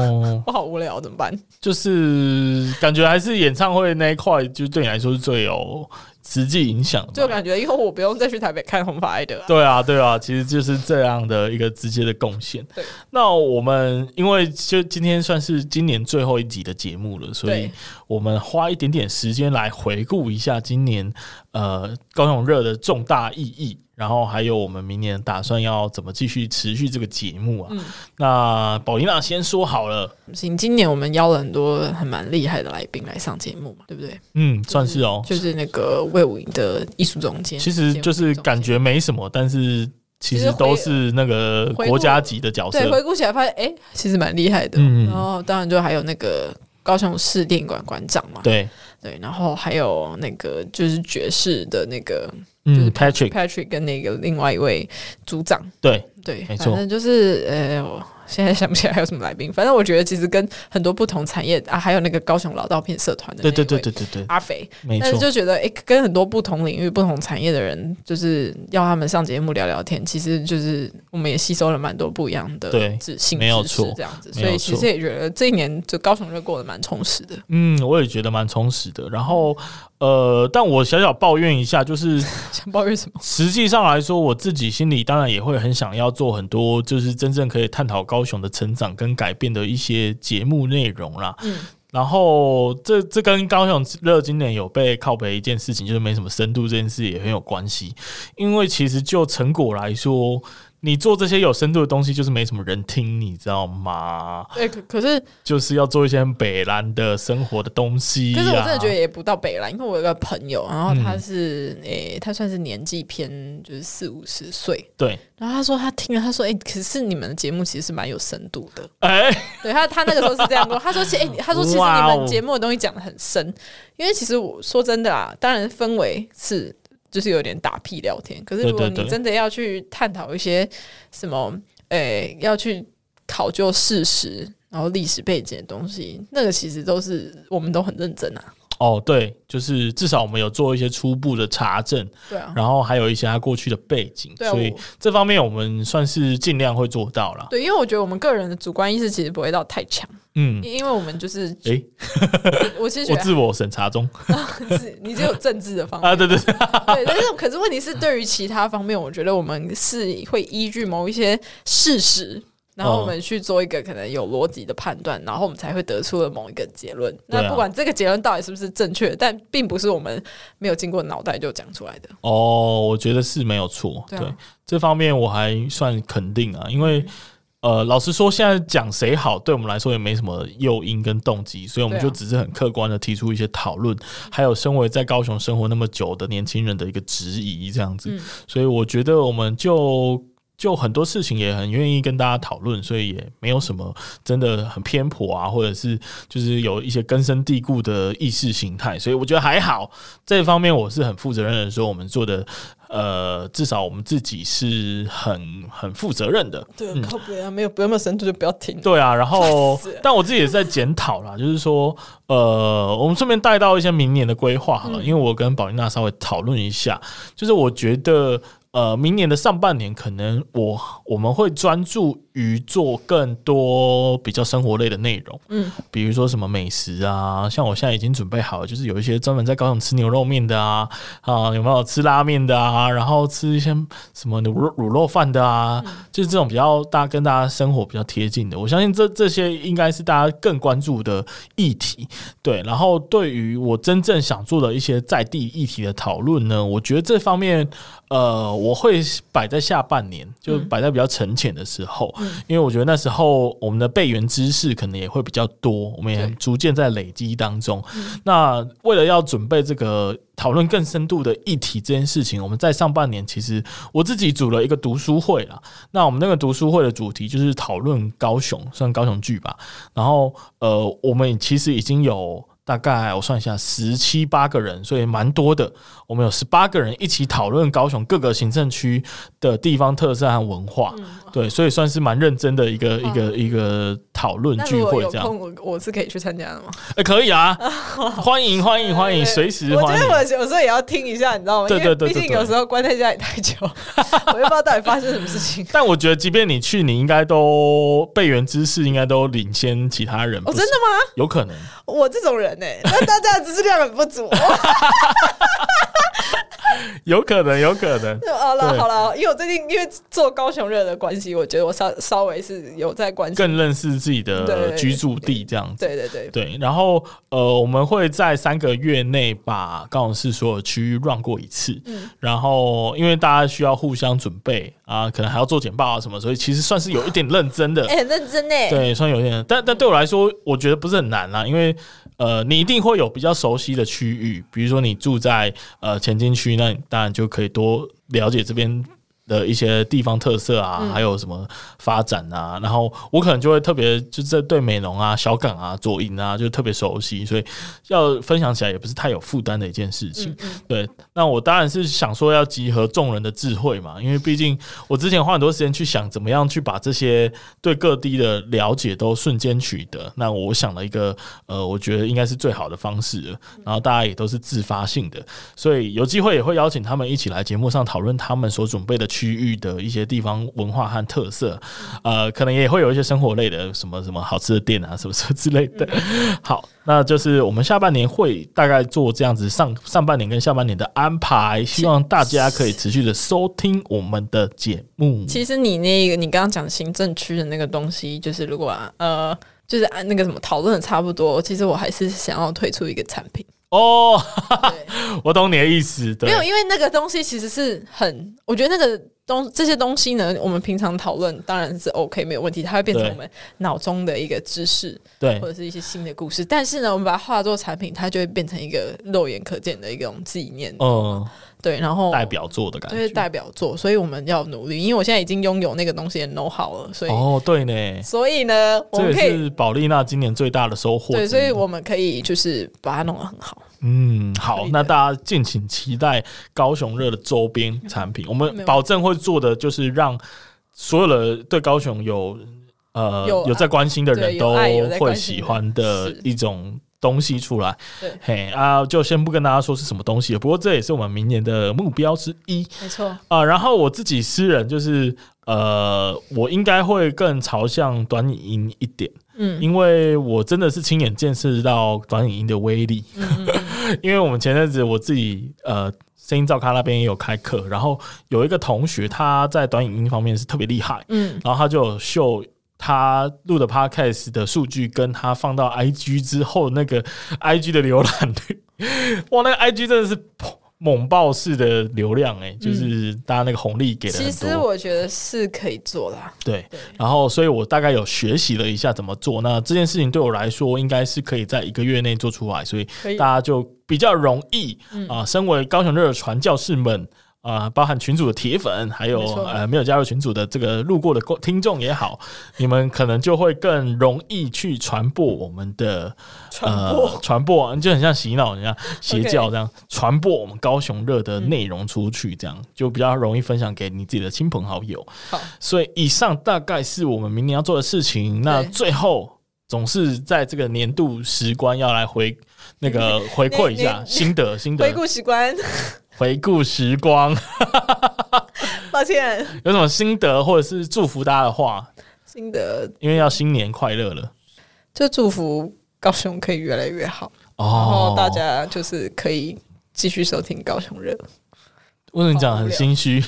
Speaker 3: 我好无聊，怎么办？
Speaker 2: 就是感觉还是演唱会那一块，就对你来说是最有实际影响的吧，
Speaker 3: 就感觉以后我不用再去台北看红发爱德
Speaker 2: <laughs>
Speaker 3: 啊、
Speaker 2: 对啊，对啊，其实就是这样的一个直接的贡献。
Speaker 3: 对，
Speaker 2: 那我们因为就今天算是今年最后一集的节目了，所以
Speaker 3: 对
Speaker 2: 我们花一点点时间来回顾一下今年呃高雄热的重大意义，然后还有我们明年打算要怎么继续持续这个节目啊。
Speaker 3: 嗯
Speaker 2: 那宝琳娜先说好了，
Speaker 3: 行，今年我们邀了很多很蛮厉害的来宾来上节目嘛，对不对？
Speaker 2: 嗯，算是哦，
Speaker 3: 就是那个魏武营的艺术总监，
Speaker 2: 其实就是感
Speaker 3: 节目
Speaker 2: 觉没什么，但是其
Speaker 3: 其实
Speaker 2: 实
Speaker 3: 回
Speaker 2: 都是那个
Speaker 3: 回顾
Speaker 2: 国家级的角
Speaker 3: 总监对，
Speaker 2: 色。
Speaker 3: 回顾哦起来发现哎、诶其实蛮厉害的。
Speaker 2: 嗯
Speaker 3: 然后当然就还有那个高雄市电影馆馆长嘛，
Speaker 2: 对，
Speaker 3: 对，然后还有那个就是爵士的那个
Speaker 2: 嗯
Speaker 3: 是
Speaker 2: ，Patrick，
Speaker 3: Patrick 跟那个另外一位组长，
Speaker 2: 对，
Speaker 3: 对，
Speaker 2: 没
Speaker 3: 反
Speaker 2: 错
Speaker 3: 正就是呃，我现在想不起来还有什么来宾。反正我觉得其实跟很多不同产业啊，还有那个高雄老照片社团的
Speaker 2: 对对
Speaker 3: 那一
Speaker 2: 对
Speaker 3: 位
Speaker 2: 对对对，
Speaker 3: 阿肥，
Speaker 2: 没
Speaker 3: 但是
Speaker 2: 错，
Speaker 3: 就觉得诶、跟很多不同领域、不同产业的人，就是要他们上节目聊聊天，其实就是我们也吸收了蛮多不一样的
Speaker 2: 对
Speaker 3: 知性
Speaker 2: 没有
Speaker 3: 知识
Speaker 2: 错
Speaker 3: 这样子，
Speaker 2: 没
Speaker 3: 所以
Speaker 2: 有
Speaker 3: 其实
Speaker 2: 错
Speaker 3: 也觉得这一年就高雄就过得蛮充实的。 <laughs>
Speaker 2: 嗯，我也觉得蛮充实的。然后呃，但我小小抱怨一下，就是
Speaker 3: 想抱怨什么？
Speaker 2: 实际上来说，我自己心里当然也会很想要做很多，就是真正可以探讨高雄的成长跟改变的一些节目内容啦。
Speaker 3: 嗯
Speaker 2: 然后这这跟高雄热今年有被靠北一件事情，就是没什么深度这件事也很有关系。因为其实就成果来说，你做这些有深度的东西，就是没什么人听，你知道吗？
Speaker 3: 对，可
Speaker 2: <laughs>
Speaker 3: 可是
Speaker 2: 就是要做一些很北蓝的生活的东西、
Speaker 3: 可
Speaker 2: 呀。
Speaker 3: 是我真的觉得也不到北啦，因为我有个朋友，然后
Speaker 2: 啊嗯
Speaker 3: 他是诶、他算是年纪偏就是四五十岁，
Speaker 2: 对，
Speaker 3: 然后他说他听了，他说诶、哎可是你们的节目其实是蛮有深度的。
Speaker 2: 哎、
Speaker 3: 对他，他那个时候是这样说，他说其诶、他说其实
Speaker 2: 哇
Speaker 3: 你
Speaker 2: 哦
Speaker 3: 们节目的东西讲的很深，因为其实我说真的啦，当然氛围是就是有点打屁聊天，可是
Speaker 2: 对
Speaker 3: 如
Speaker 2: 对
Speaker 3: 果你
Speaker 2: 对
Speaker 3: 真的要去探讨一些什么诶、要去考究事实。然后历史背景的东西，那个其实都是我们都很认真啊，
Speaker 2: 哦，对，就是至少我们有做一些初步的查证，
Speaker 3: 对啊。
Speaker 2: 然后还有一些他过去的背景，
Speaker 3: 对啊
Speaker 2: 所以
Speaker 3: 我
Speaker 2: 这方面我们算是尽量会做到啦。
Speaker 3: 啊对，因为我觉得我们个人的主观意识其实不会到太强，
Speaker 2: 嗯，
Speaker 3: 因因为我们就是，
Speaker 2: 诶，
Speaker 3: 我其实
Speaker 2: 我
Speaker 3: 觉
Speaker 2: 自我审查中
Speaker 3: 得是你只有政治的
Speaker 2: <laughs>
Speaker 3: 方面，
Speaker 2: 啊，对对对，
Speaker 3: 对，但是可是问题是，对于其他方面，我觉得我们是会依据某一些事实，然后我
Speaker 2: 哦
Speaker 3: 们去做一个可能有逻辑的判断，然后我们才会得出了某一个结论。
Speaker 2: 对啊
Speaker 3: 那不管这个结论到底是不是正确，但并不是我们没有经过脑袋就讲出来的。
Speaker 2: 哦，我觉得是没有错，
Speaker 3: 对
Speaker 2: 对
Speaker 3: 啊
Speaker 2: 这方面我还算肯定啊，因为。呃，老实说，现在讲谁好，对我们来说也没什么诱因跟动机，所以我们
Speaker 3: 对啊
Speaker 2: 就只是很客观的提出一些讨论，还有身为在高雄生活那么久的年轻人的一个质疑，这样子。
Speaker 3: 嗯
Speaker 2: 所以我觉得我们就就很多事情也很愿意跟大家讨论，所以也没有什么真的很偏颇啊，或者是就是有一些根深蒂固的意识形态，所以我觉得还好。这方面我是很负责任的说，我们做的呃，至少我们自己是很很负责任的。
Speaker 3: 对，靠不啊，没有有没有深度就不要听。
Speaker 2: 对啊，然后
Speaker 3: 死了
Speaker 2: 但我自己也是在检讨啦，就是说，呃，我们顺便带到一些明年的规划好了，因为我跟宝丽娜稍微讨论一下，就是我觉得，呃，明年的上半年可能我我们会专注于做更多比较生活类的内容，
Speaker 3: 嗯
Speaker 2: 嗯，比如说什么美食啊，像我现在已经准备好了，就是有一些专门在高雄吃牛肉面的啊，啊，有没有吃拉面的啊，然后吃一些什么卤肉卤肉饭的啊，就是这种比较大跟大家生活比较贴近的，我相信这这些应该是大家更关注的议题。对，然后对于我真正想做的一些在地议题的讨论呢，我觉得这方面呃，我会摆在下半年，就摆在比较沉潜的时候，因为我觉得那时候我们的备援知识可能也会比较多，我们也
Speaker 3: 对
Speaker 2: 逐渐在累积当中。那为了要准备这个讨论更深度的议题这件事情，我们在上半年其实我自己组了一个读书会啦。那我们那个读书会的主题就是讨论高雄，算高雄剧吧。然后呃，我们其实已经有。大概我算一下，十七八个人，所以蛮多的。我们有十八个人一起讨论高雄各个行政区的地方特色和文
Speaker 3: 嗯
Speaker 2: 化，对，所以算是蛮认真的一个一个一个讨论
Speaker 3: 那
Speaker 2: 聚
Speaker 3: 如果
Speaker 2: 会
Speaker 3: 有
Speaker 2: 这样。
Speaker 3: 空，我我是可以去参加的吗？
Speaker 2: 哎、可以
Speaker 3: <laughs>
Speaker 2: 啊，欢迎欢迎欢迎，
Speaker 3: 对
Speaker 2: 随时
Speaker 3: 我觉
Speaker 2: 欢
Speaker 3: 得
Speaker 2: 迎。
Speaker 3: 我有时候也要听一下，你知道吗？
Speaker 2: 对
Speaker 3: 因为
Speaker 2: 对对对
Speaker 3: 毕竟
Speaker 2: 对
Speaker 3: 有时候关在家里太久， <laughs> 我也不知道到底发生什么事情。
Speaker 2: 但我觉得，即便你去，你应该都备援知识，应该都领先其他人。
Speaker 3: 哦，
Speaker 2: 不是
Speaker 3: 真的吗？
Speaker 2: 有可能。
Speaker 3: 我这种人呢、欸那大家的知识量很不 <laughs> 足。
Speaker 2: 有可能，有可
Speaker 3: <laughs>
Speaker 2: 能。
Speaker 3: 好了
Speaker 2: 对
Speaker 3: 好了，因为我最近因为做高雄热的关系，我觉得我稍稍微是有在关心。
Speaker 2: 更认识自己的
Speaker 3: 对
Speaker 2: 居住地，这样子。
Speaker 3: 对对对，
Speaker 2: 对，然后呃，我们会在三个月内把高雄市所有区域 run 过一次，
Speaker 3: 嗯
Speaker 2: 然后因为大家需要互相准备啊，可能还要做简报啊什么，所以其实算是有一点认真的。
Speaker 3: 哎、很认真呢、
Speaker 2: 对，算有点，但但对我来说，我觉得不是很难啦，因为呃，你一定会有比较熟悉的区域，比如说你住在呃前进区，那你当然就可以多了解这边的一些地方特色啊，还有什么发展啊，然后我可能就会特别就在对美浓啊、小港啊、左营啊，就特别熟悉，所以要分享起来也不是太有负担的一件事情。对，那我当然是想说要集合众人的智慧嘛，因为毕竟我之前花很多时间去想怎么样去把这些对各地的了解都瞬间取得。那我想了一个呃，我觉得应该是最好的方式了，然后大家也都是自发性的，所以有机会也会邀请他们一起来节目上讨论他们所准备的区域的一些地方文化和特色，呃，可能也会有一些生活类的什么什么好吃的店啊，什么什么之类的。
Speaker 3: 嗯
Speaker 2: <laughs> 好，那就是我们下半年会大概做这样子上上半年跟下半年的安排，希望大家可以持续的收听我们的节目。
Speaker 3: 其实你那个你刚刚讲行政区的那个东西，就是如果、啊、呃，就是按那个什么讨论的差不多，其实我还是想要推出一个产品。
Speaker 2: 哦，
Speaker 3: <laughs> 对，
Speaker 2: 我懂你的意思，对
Speaker 3: 没，有，因为那个东西其实是很，我觉得那个东这些东西呢，我们平常讨论当然是 OK 没有问题，它会变成
Speaker 2: 对
Speaker 3: 我们脑中的一个知识
Speaker 2: 对
Speaker 3: 或，者是一些新的故事。但是呢，我们把它化作产品，它就会变成一个肉眼可见的一种纪念，
Speaker 2: 嗯，
Speaker 3: 对，然后
Speaker 2: 代表作的感
Speaker 3: 就
Speaker 2: 觉
Speaker 3: 是。代表作，所以我们要努力，因为我现在已经拥有那个东西的 know how 了，所以、
Speaker 2: 哦，对呢，
Speaker 3: 所以呢，我
Speaker 2: 这
Speaker 3: 们
Speaker 2: 也
Speaker 3: 可以
Speaker 2: 是宝丽娜今年最大的收获之
Speaker 3: 对，
Speaker 2: 一。
Speaker 3: 所以我们可以就是把它弄得很好。
Speaker 2: 嗯，
Speaker 3: 可
Speaker 2: 好
Speaker 3: 以，
Speaker 2: 那
Speaker 3: 的
Speaker 2: 大家敬请期待高雄热的周边产品，我
Speaker 3: 嗯没
Speaker 2: 们
Speaker 3: 有
Speaker 2: 保证会做的就是让所有的对高雄有呃
Speaker 3: 有
Speaker 2: 有在关心的人
Speaker 3: 对
Speaker 2: 都
Speaker 3: 有爱有在
Speaker 2: 会
Speaker 3: 关心
Speaker 2: 喜
Speaker 3: 的
Speaker 2: 欢的
Speaker 3: 是
Speaker 2: 一种。东西出来
Speaker 3: 对，
Speaker 2: 嘿啊，就先不跟大家说是什么东西了。不过这也是我们明年的目标之一。
Speaker 3: 没错，
Speaker 2: 啊、然后我自己私人就是，呃，我应该会更朝向短影音一点，
Speaker 3: 嗯
Speaker 2: 因为我真的是亲眼见识到短影音的威力。
Speaker 3: 嗯
Speaker 2: <laughs> 因为我们前阵子我自己呃，声音照咖那边也有开课，然后有一个同学他在短影音方面是特别厉害，
Speaker 3: 嗯，
Speaker 2: 然后他就有秀他录的 podcast 的数据，跟他放到 IG 之后那个 IG 的浏览率，哇，那个 IG 真的是砰猛爆式的流量哎、就是大家那个红利给的
Speaker 3: 嗯其
Speaker 2: 很
Speaker 3: 实
Speaker 2: 多，
Speaker 3: 我觉得是可以做啦。
Speaker 2: 对，然后所以我大概有学习了一下怎么做，那这件事情对我来说应该是可以在一个月内做出来，所以
Speaker 3: 可以嗯
Speaker 2: 大家就比较容易啊、身为高雄热的传教士们。啊、包含群主的铁粉，还有
Speaker 3: 没错
Speaker 2: 呃没有加入群组的这个路过的观听众也好，你们可能就会更容易去传播我们的
Speaker 3: <laughs>
Speaker 2: 呃传播，就很像洗脑一样，邪教这样传播我们高雄热的内容出去，这样、就比较容易分享给你自己的亲朋好友。
Speaker 3: 好，
Speaker 2: 所以以上大概是我们明年要做的事情。那
Speaker 3: 对
Speaker 2: 最后总是在这个年度时光要来回那
Speaker 3: <laughs>
Speaker 2: 个回馈一
Speaker 3: 你
Speaker 2: 下
Speaker 3: 你
Speaker 2: 心
Speaker 3: <laughs>
Speaker 2: 得心
Speaker 3: 回
Speaker 2: 得
Speaker 3: 顾习惯，
Speaker 2: 回顾时光， <laughs>
Speaker 3: 抱歉，
Speaker 2: 有什么心得或者是祝福大家的话？
Speaker 3: 新的
Speaker 2: 因为要新年快乐了
Speaker 3: 就祝福高雄可以越来越好，然
Speaker 2: 哦
Speaker 3: 后，大家就是可以继续收听高雄热。
Speaker 2: 为什么你讲得很心
Speaker 3: <laughs>
Speaker 2: 虚？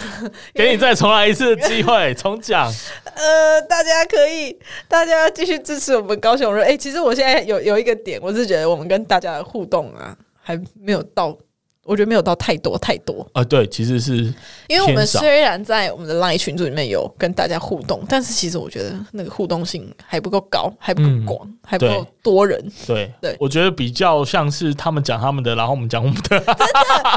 Speaker 2: <laughs> 给你再重来一次的机会，重讲。
Speaker 3: 呃，大家可以，大家继续支持我们高雄热。哎、其实我现在有有一个点，我是觉得我们跟大家的互动啊，还没有到，我觉得没有到太多太多。
Speaker 2: 啊，对，其实是
Speaker 3: 因为我们
Speaker 2: 偏少
Speaker 3: 虽然在我们的 LINE 群组里面有跟大家互动，但是其实我觉得那个互动性还不够高，还不够
Speaker 2: 嗯
Speaker 3: 广，还不够
Speaker 2: 对
Speaker 3: 多人。
Speaker 2: 对
Speaker 3: 对
Speaker 2: 我觉得比较像是他们讲他们的，然后我们讲我们的。 <laughs>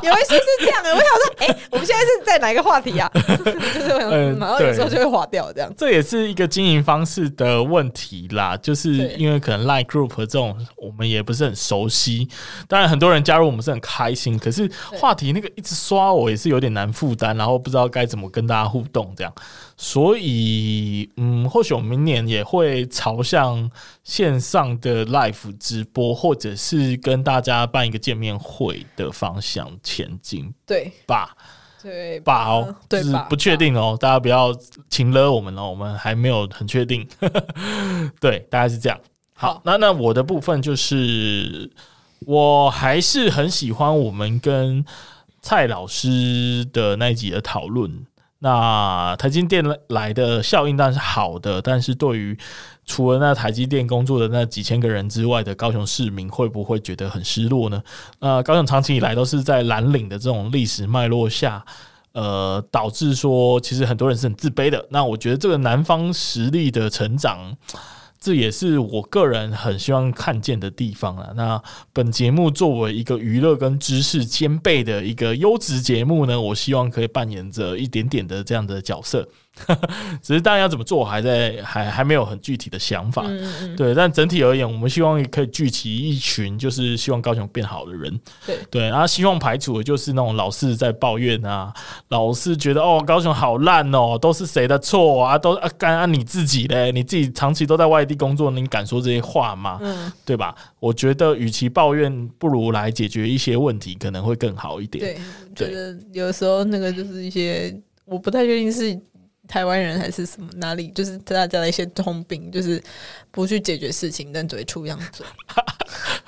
Speaker 3: 有一些是这样的，我想说，哎、我们现在是在哪一个话
Speaker 2: <laughs>
Speaker 3: 题啊？就是我想说，
Speaker 2: 嗯
Speaker 3: 然后有时候
Speaker 2: 对
Speaker 3: 就会划掉这样。
Speaker 2: 这也是一个经营方式的问题啦，就是
Speaker 3: 对
Speaker 2: 因为可能 Line Group 这种我们也不是很熟悉，当然很多人加入我们是很开心，可是话题那个一直刷我也是有点难负担，然后不知道该怎么跟大家互动这样，所以嗯，或许我们明年也会朝向线上的 live 直播，或者是跟大家办一个见面会的方向前进
Speaker 3: 对
Speaker 2: 吧。
Speaker 3: 对，
Speaker 2: 吧哦，
Speaker 3: 嗯对
Speaker 2: 就是
Speaker 3: 吧
Speaker 2: 不确定哦，大家不要请了我们哦，我们还没有很确定。 <laughs> 对，大概是这样。好
Speaker 3: 好，
Speaker 2: 那那我的部分就是，我还是很喜欢我们跟蔡老师的那一集的讨论。那台积电来的效应当然是好的，但是对于除了那台积电工作的那几千个人之外的高雄市民，会不会觉得很失落呢？呃，高雄长期以来都是在蓝领的这种历史脉络下，呃，导致说其实很多人是很自卑的。那我觉得这个南方实力的成长。这也是我个人很希望看见的地方啊。那本节目作为一个娱乐跟知识兼备的一个优质节目呢，我希望可以扮演着一点点的这样的角色。 <laughs> 只是当然要怎么做，我还在还还没有很具体的想法。
Speaker 3: 嗯
Speaker 2: 对，但整体而言，我们希望可以聚集一群，就是希望高雄变好的人。
Speaker 3: 对
Speaker 2: 对，然后希望排除的就是那种老是在抱怨啊，老是觉得哦高雄好烂哦，都是谁的错啊，都啊干啊你自己嘞，你自己长期都在外地工作，你敢说这些话吗？
Speaker 3: 嗯
Speaker 2: 对吧？我觉得与其抱怨，不如来解决一些问题，可能会更好一点。
Speaker 3: 对，我觉得有时候那个就是一些我不太确定是台湾人还是什么哪里，就是大家的一些通病，就是不去解决事情，但只会出样
Speaker 2: <laughs>
Speaker 3: 子。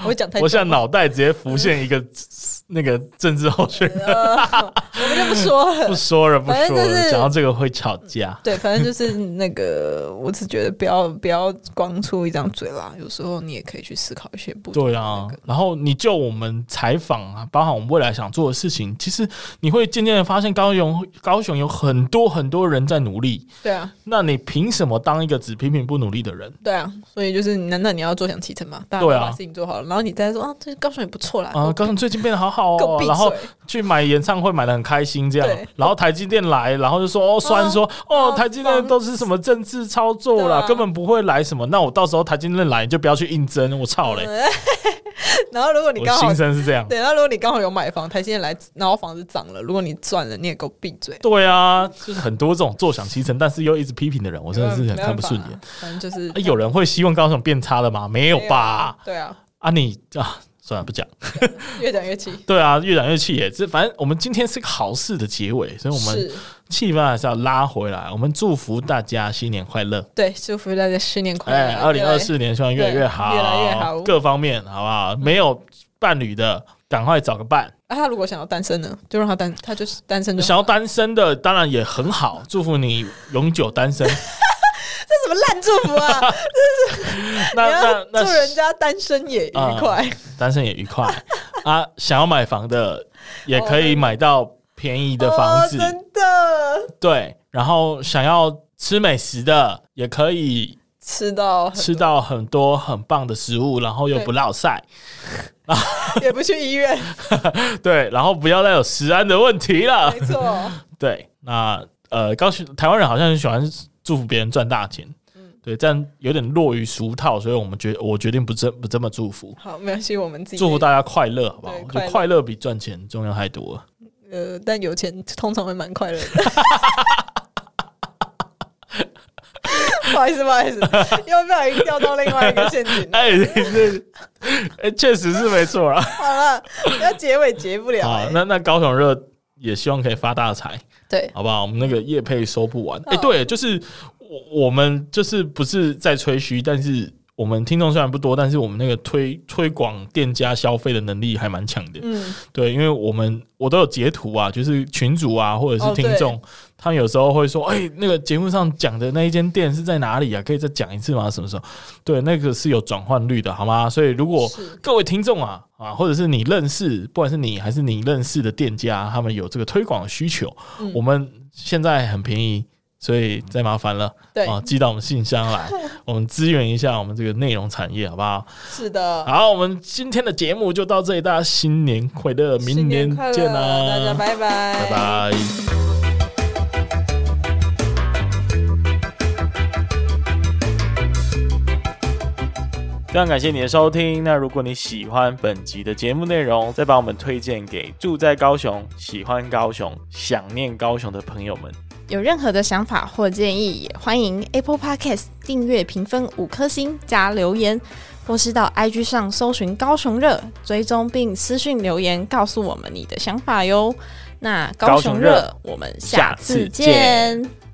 Speaker 3: 我讲太多了，
Speaker 2: 我现在脑袋直接浮现一个 <laughs> 那个政治候选人，
Speaker 3: 呃， <laughs> 我们就不说
Speaker 2: <laughs>
Speaker 3: 了。
Speaker 2: 不说了，不
Speaker 3: 反
Speaker 2: 说
Speaker 3: 正就是
Speaker 2: 了，讲到这个会吵架。
Speaker 3: 对，反正就是那个，我只觉得不要不要光出一张嘴啦，有时候你也可以去思考一些不同
Speaker 2: 对
Speaker 3: 的那
Speaker 2: 啊
Speaker 3: 个，
Speaker 2: 然后你就我们采访啊，包含我们未来想做的事情，其实你会渐渐的发现，高雄高雄有很多很多人在努力，
Speaker 3: 对啊，
Speaker 2: 那你凭什么当一个只批评不努力的
Speaker 3: <laughs>
Speaker 2: 人？
Speaker 3: 对啊，所以就是难道你要坐享其成嘛？大家
Speaker 2: 对
Speaker 3: 都
Speaker 2: 啊
Speaker 3: 把事情做好了，然后你再说啊，这高雄也不错啦，
Speaker 2: 啊，
Speaker 3: 我
Speaker 2: 高雄最近变得好好
Speaker 3: 给我
Speaker 2: 哦，
Speaker 3: 闭
Speaker 2: 然后
Speaker 3: 嘴
Speaker 2: 去买演唱会买的很开心这样
Speaker 3: 对，
Speaker 2: 然后台积电来，然后就说哦，虽然说哦，
Speaker 3: 啊
Speaker 2: 台积电都是什么政治操作
Speaker 3: 对
Speaker 2: 啦，
Speaker 3: 啊
Speaker 2: 根本不会来什么，那我到时候台积电来你就不要去应征，我操嘞，
Speaker 3: <laughs> 然后如嗯果你
Speaker 2: 我
Speaker 3: 刚好
Speaker 2: 心声是这样，
Speaker 3: 对，然后如果你刚好有买房，台积电来，然后房子涨了，如果你赚了，你也给我闭嘴。
Speaker 2: 对啊，就是很多这种坐享其成，但是又一直批评的人，我真的是很看不顺
Speaker 3: 没办
Speaker 2: 眼。
Speaker 3: 法啊，反正就是、
Speaker 2: 啊有人会希望高雄变差了吗？没有
Speaker 3: 没有
Speaker 2: 吧？？
Speaker 3: 对啊，
Speaker 2: 啊你，啊，算了，不讲。
Speaker 3: 越讲越气。
Speaker 2: 对啊，越讲越气耶。这反正我们今天是个好事的结尾，所以我们
Speaker 3: 是，
Speaker 2: 气氛还是要拉回来。我们祝福大家新年快乐。
Speaker 3: 对，祝福大家新年快乐
Speaker 2: 哎，，二零二四年希望越来越好，
Speaker 3: 对越来越好
Speaker 2: 各方面好不好？没有伴侣的，赶快找个伴；
Speaker 3: 啊，他如果想要单身呢，就让他单，他就是单身就好。
Speaker 2: 想要单身的，当然也很好，祝福你永久单
Speaker 3: <laughs>
Speaker 2: 身。
Speaker 3: 这什么烂祝福啊！
Speaker 2: 那
Speaker 3: 你
Speaker 2: <laughs> 那
Speaker 3: 要
Speaker 2: 那啊
Speaker 3: 祝人家单身也愉快，
Speaker 2: 单身也愉
Speaker 3: <laughs>
Speaker 2: 快啊！想要买房的，也可以买到便宜的房子，
Speaker 3: <laughs> 哦真的
Speaker 2: 对。然后想要吃美食的，也可以
Speaker 3: 吃到很
Speaker 2: 吃到很多很棒的食物，然后又不落晒，
Speaker 3: 也不去医
Speaker 2: <laughs>
Speaker 3: 院，
Speaker 2: 对。然后不要再有食安的问题了
Speaker 3: 没，错，
Speaker 2: 对。那呃，高雄台湾人好像很喜欢祝福别人赚大钱。
Speaker 3: 嗯
Speaker 2: 对，这样有点落于俗套，所以我们决我决定不这不这么祝福，
Speaker 3: 好，没关系，我们自己
Speaker 2: 祝福大家快乐，好不好？
Speaker 3: 对
Speaker 2: 我觉
Speaker 3: 快
Speaker 2: 得
Speaker 3: 乐
Speaker 2: 快乐比赚钱重要太多了。
Speaker 3: 呃，但有钱通常会蛮快乐的。 <laughs> 不好意思，不
Speaker 2: <laughs>
Speaker 3: 好意思，又不小心掉到另外一个陷 <laughs> 阱了。
Speaker 2: 哎，这哎确实是没错啦。
Speaker 3: 好了，要结尾结不了、
Speaker 2: 好
Speaker 3: 欸。，
Speaker 2: 那那高雄热也希望可以发大财，
Speaker 3: 对
Speaker 2: 好不好？我们那个业配收不完。哎，
Speaker 3: 嗯
Speaker 2: 对，就是我我们就是不是在吹嘘，但是我们听众虽然不多，但是我们那个推推广店家消费的能力还蛮强的。
Speaker 3: 嗯，
Speaker 2: 对，因为我们我都有截图啊，就是群主啊，或者是
Speaker 3: 哦
Speaker 2: 听众，他们有时候会说，哎、那个节目上讲的那一间店是在哪里啊？可以再讲一次吗？什么时候？对，那个是有转换率的，好吗？所以如果
Speaker 3: 是
Speaker 2: 各位听众啊啊，或者是你认识，不管是你还是你认识的店家，他们有这个推广的需求，
Speaker 3: 嗯
Speaker 2: 我们现在很便宜。所以再麻烦了
Speaker 3: 对，
Speaker 2: 啊，寄到我们信箱
Speaker 3: <laughs>
Speaker 2: 来，我们支援一下我们这个内容产业，好不好？
Speaker 3: 是的。
Speaker 2: 好，我们今天的节目就到这里，大家新年快乐，明
Speaker 3: 新年快乐
Speaker 2: 见啊啦，
Speaker 3: 大家拜
Speaker 2: 拜
Speaker 3: 拜，
Speaker 2: 拜非常感谢你的收听。那如果你喜欢本集的节目内容，再把我们推荐给住在高雄、喜欢高雄、想念高雄的朋友们。
Speaker 4: 有任何的想法或建议，也欢迎 Apple Podcast 订阅、评分五颗星加留言，或是到 IG 上搜寻高雄热，追踪并私讯留言告诉我们你的想法哟。那高
Speaker 2: 高
Speaker 4: 雄
Speaker 2: 雄
Speaker 4: 热，
Speaker 2: 热
Speaker 4: 我们
Speaker 2: 下
Speaker 4: 下
Speaker 2: 次
Speaker 4: 次
Speaker 2: 见
Speaker 4: 见。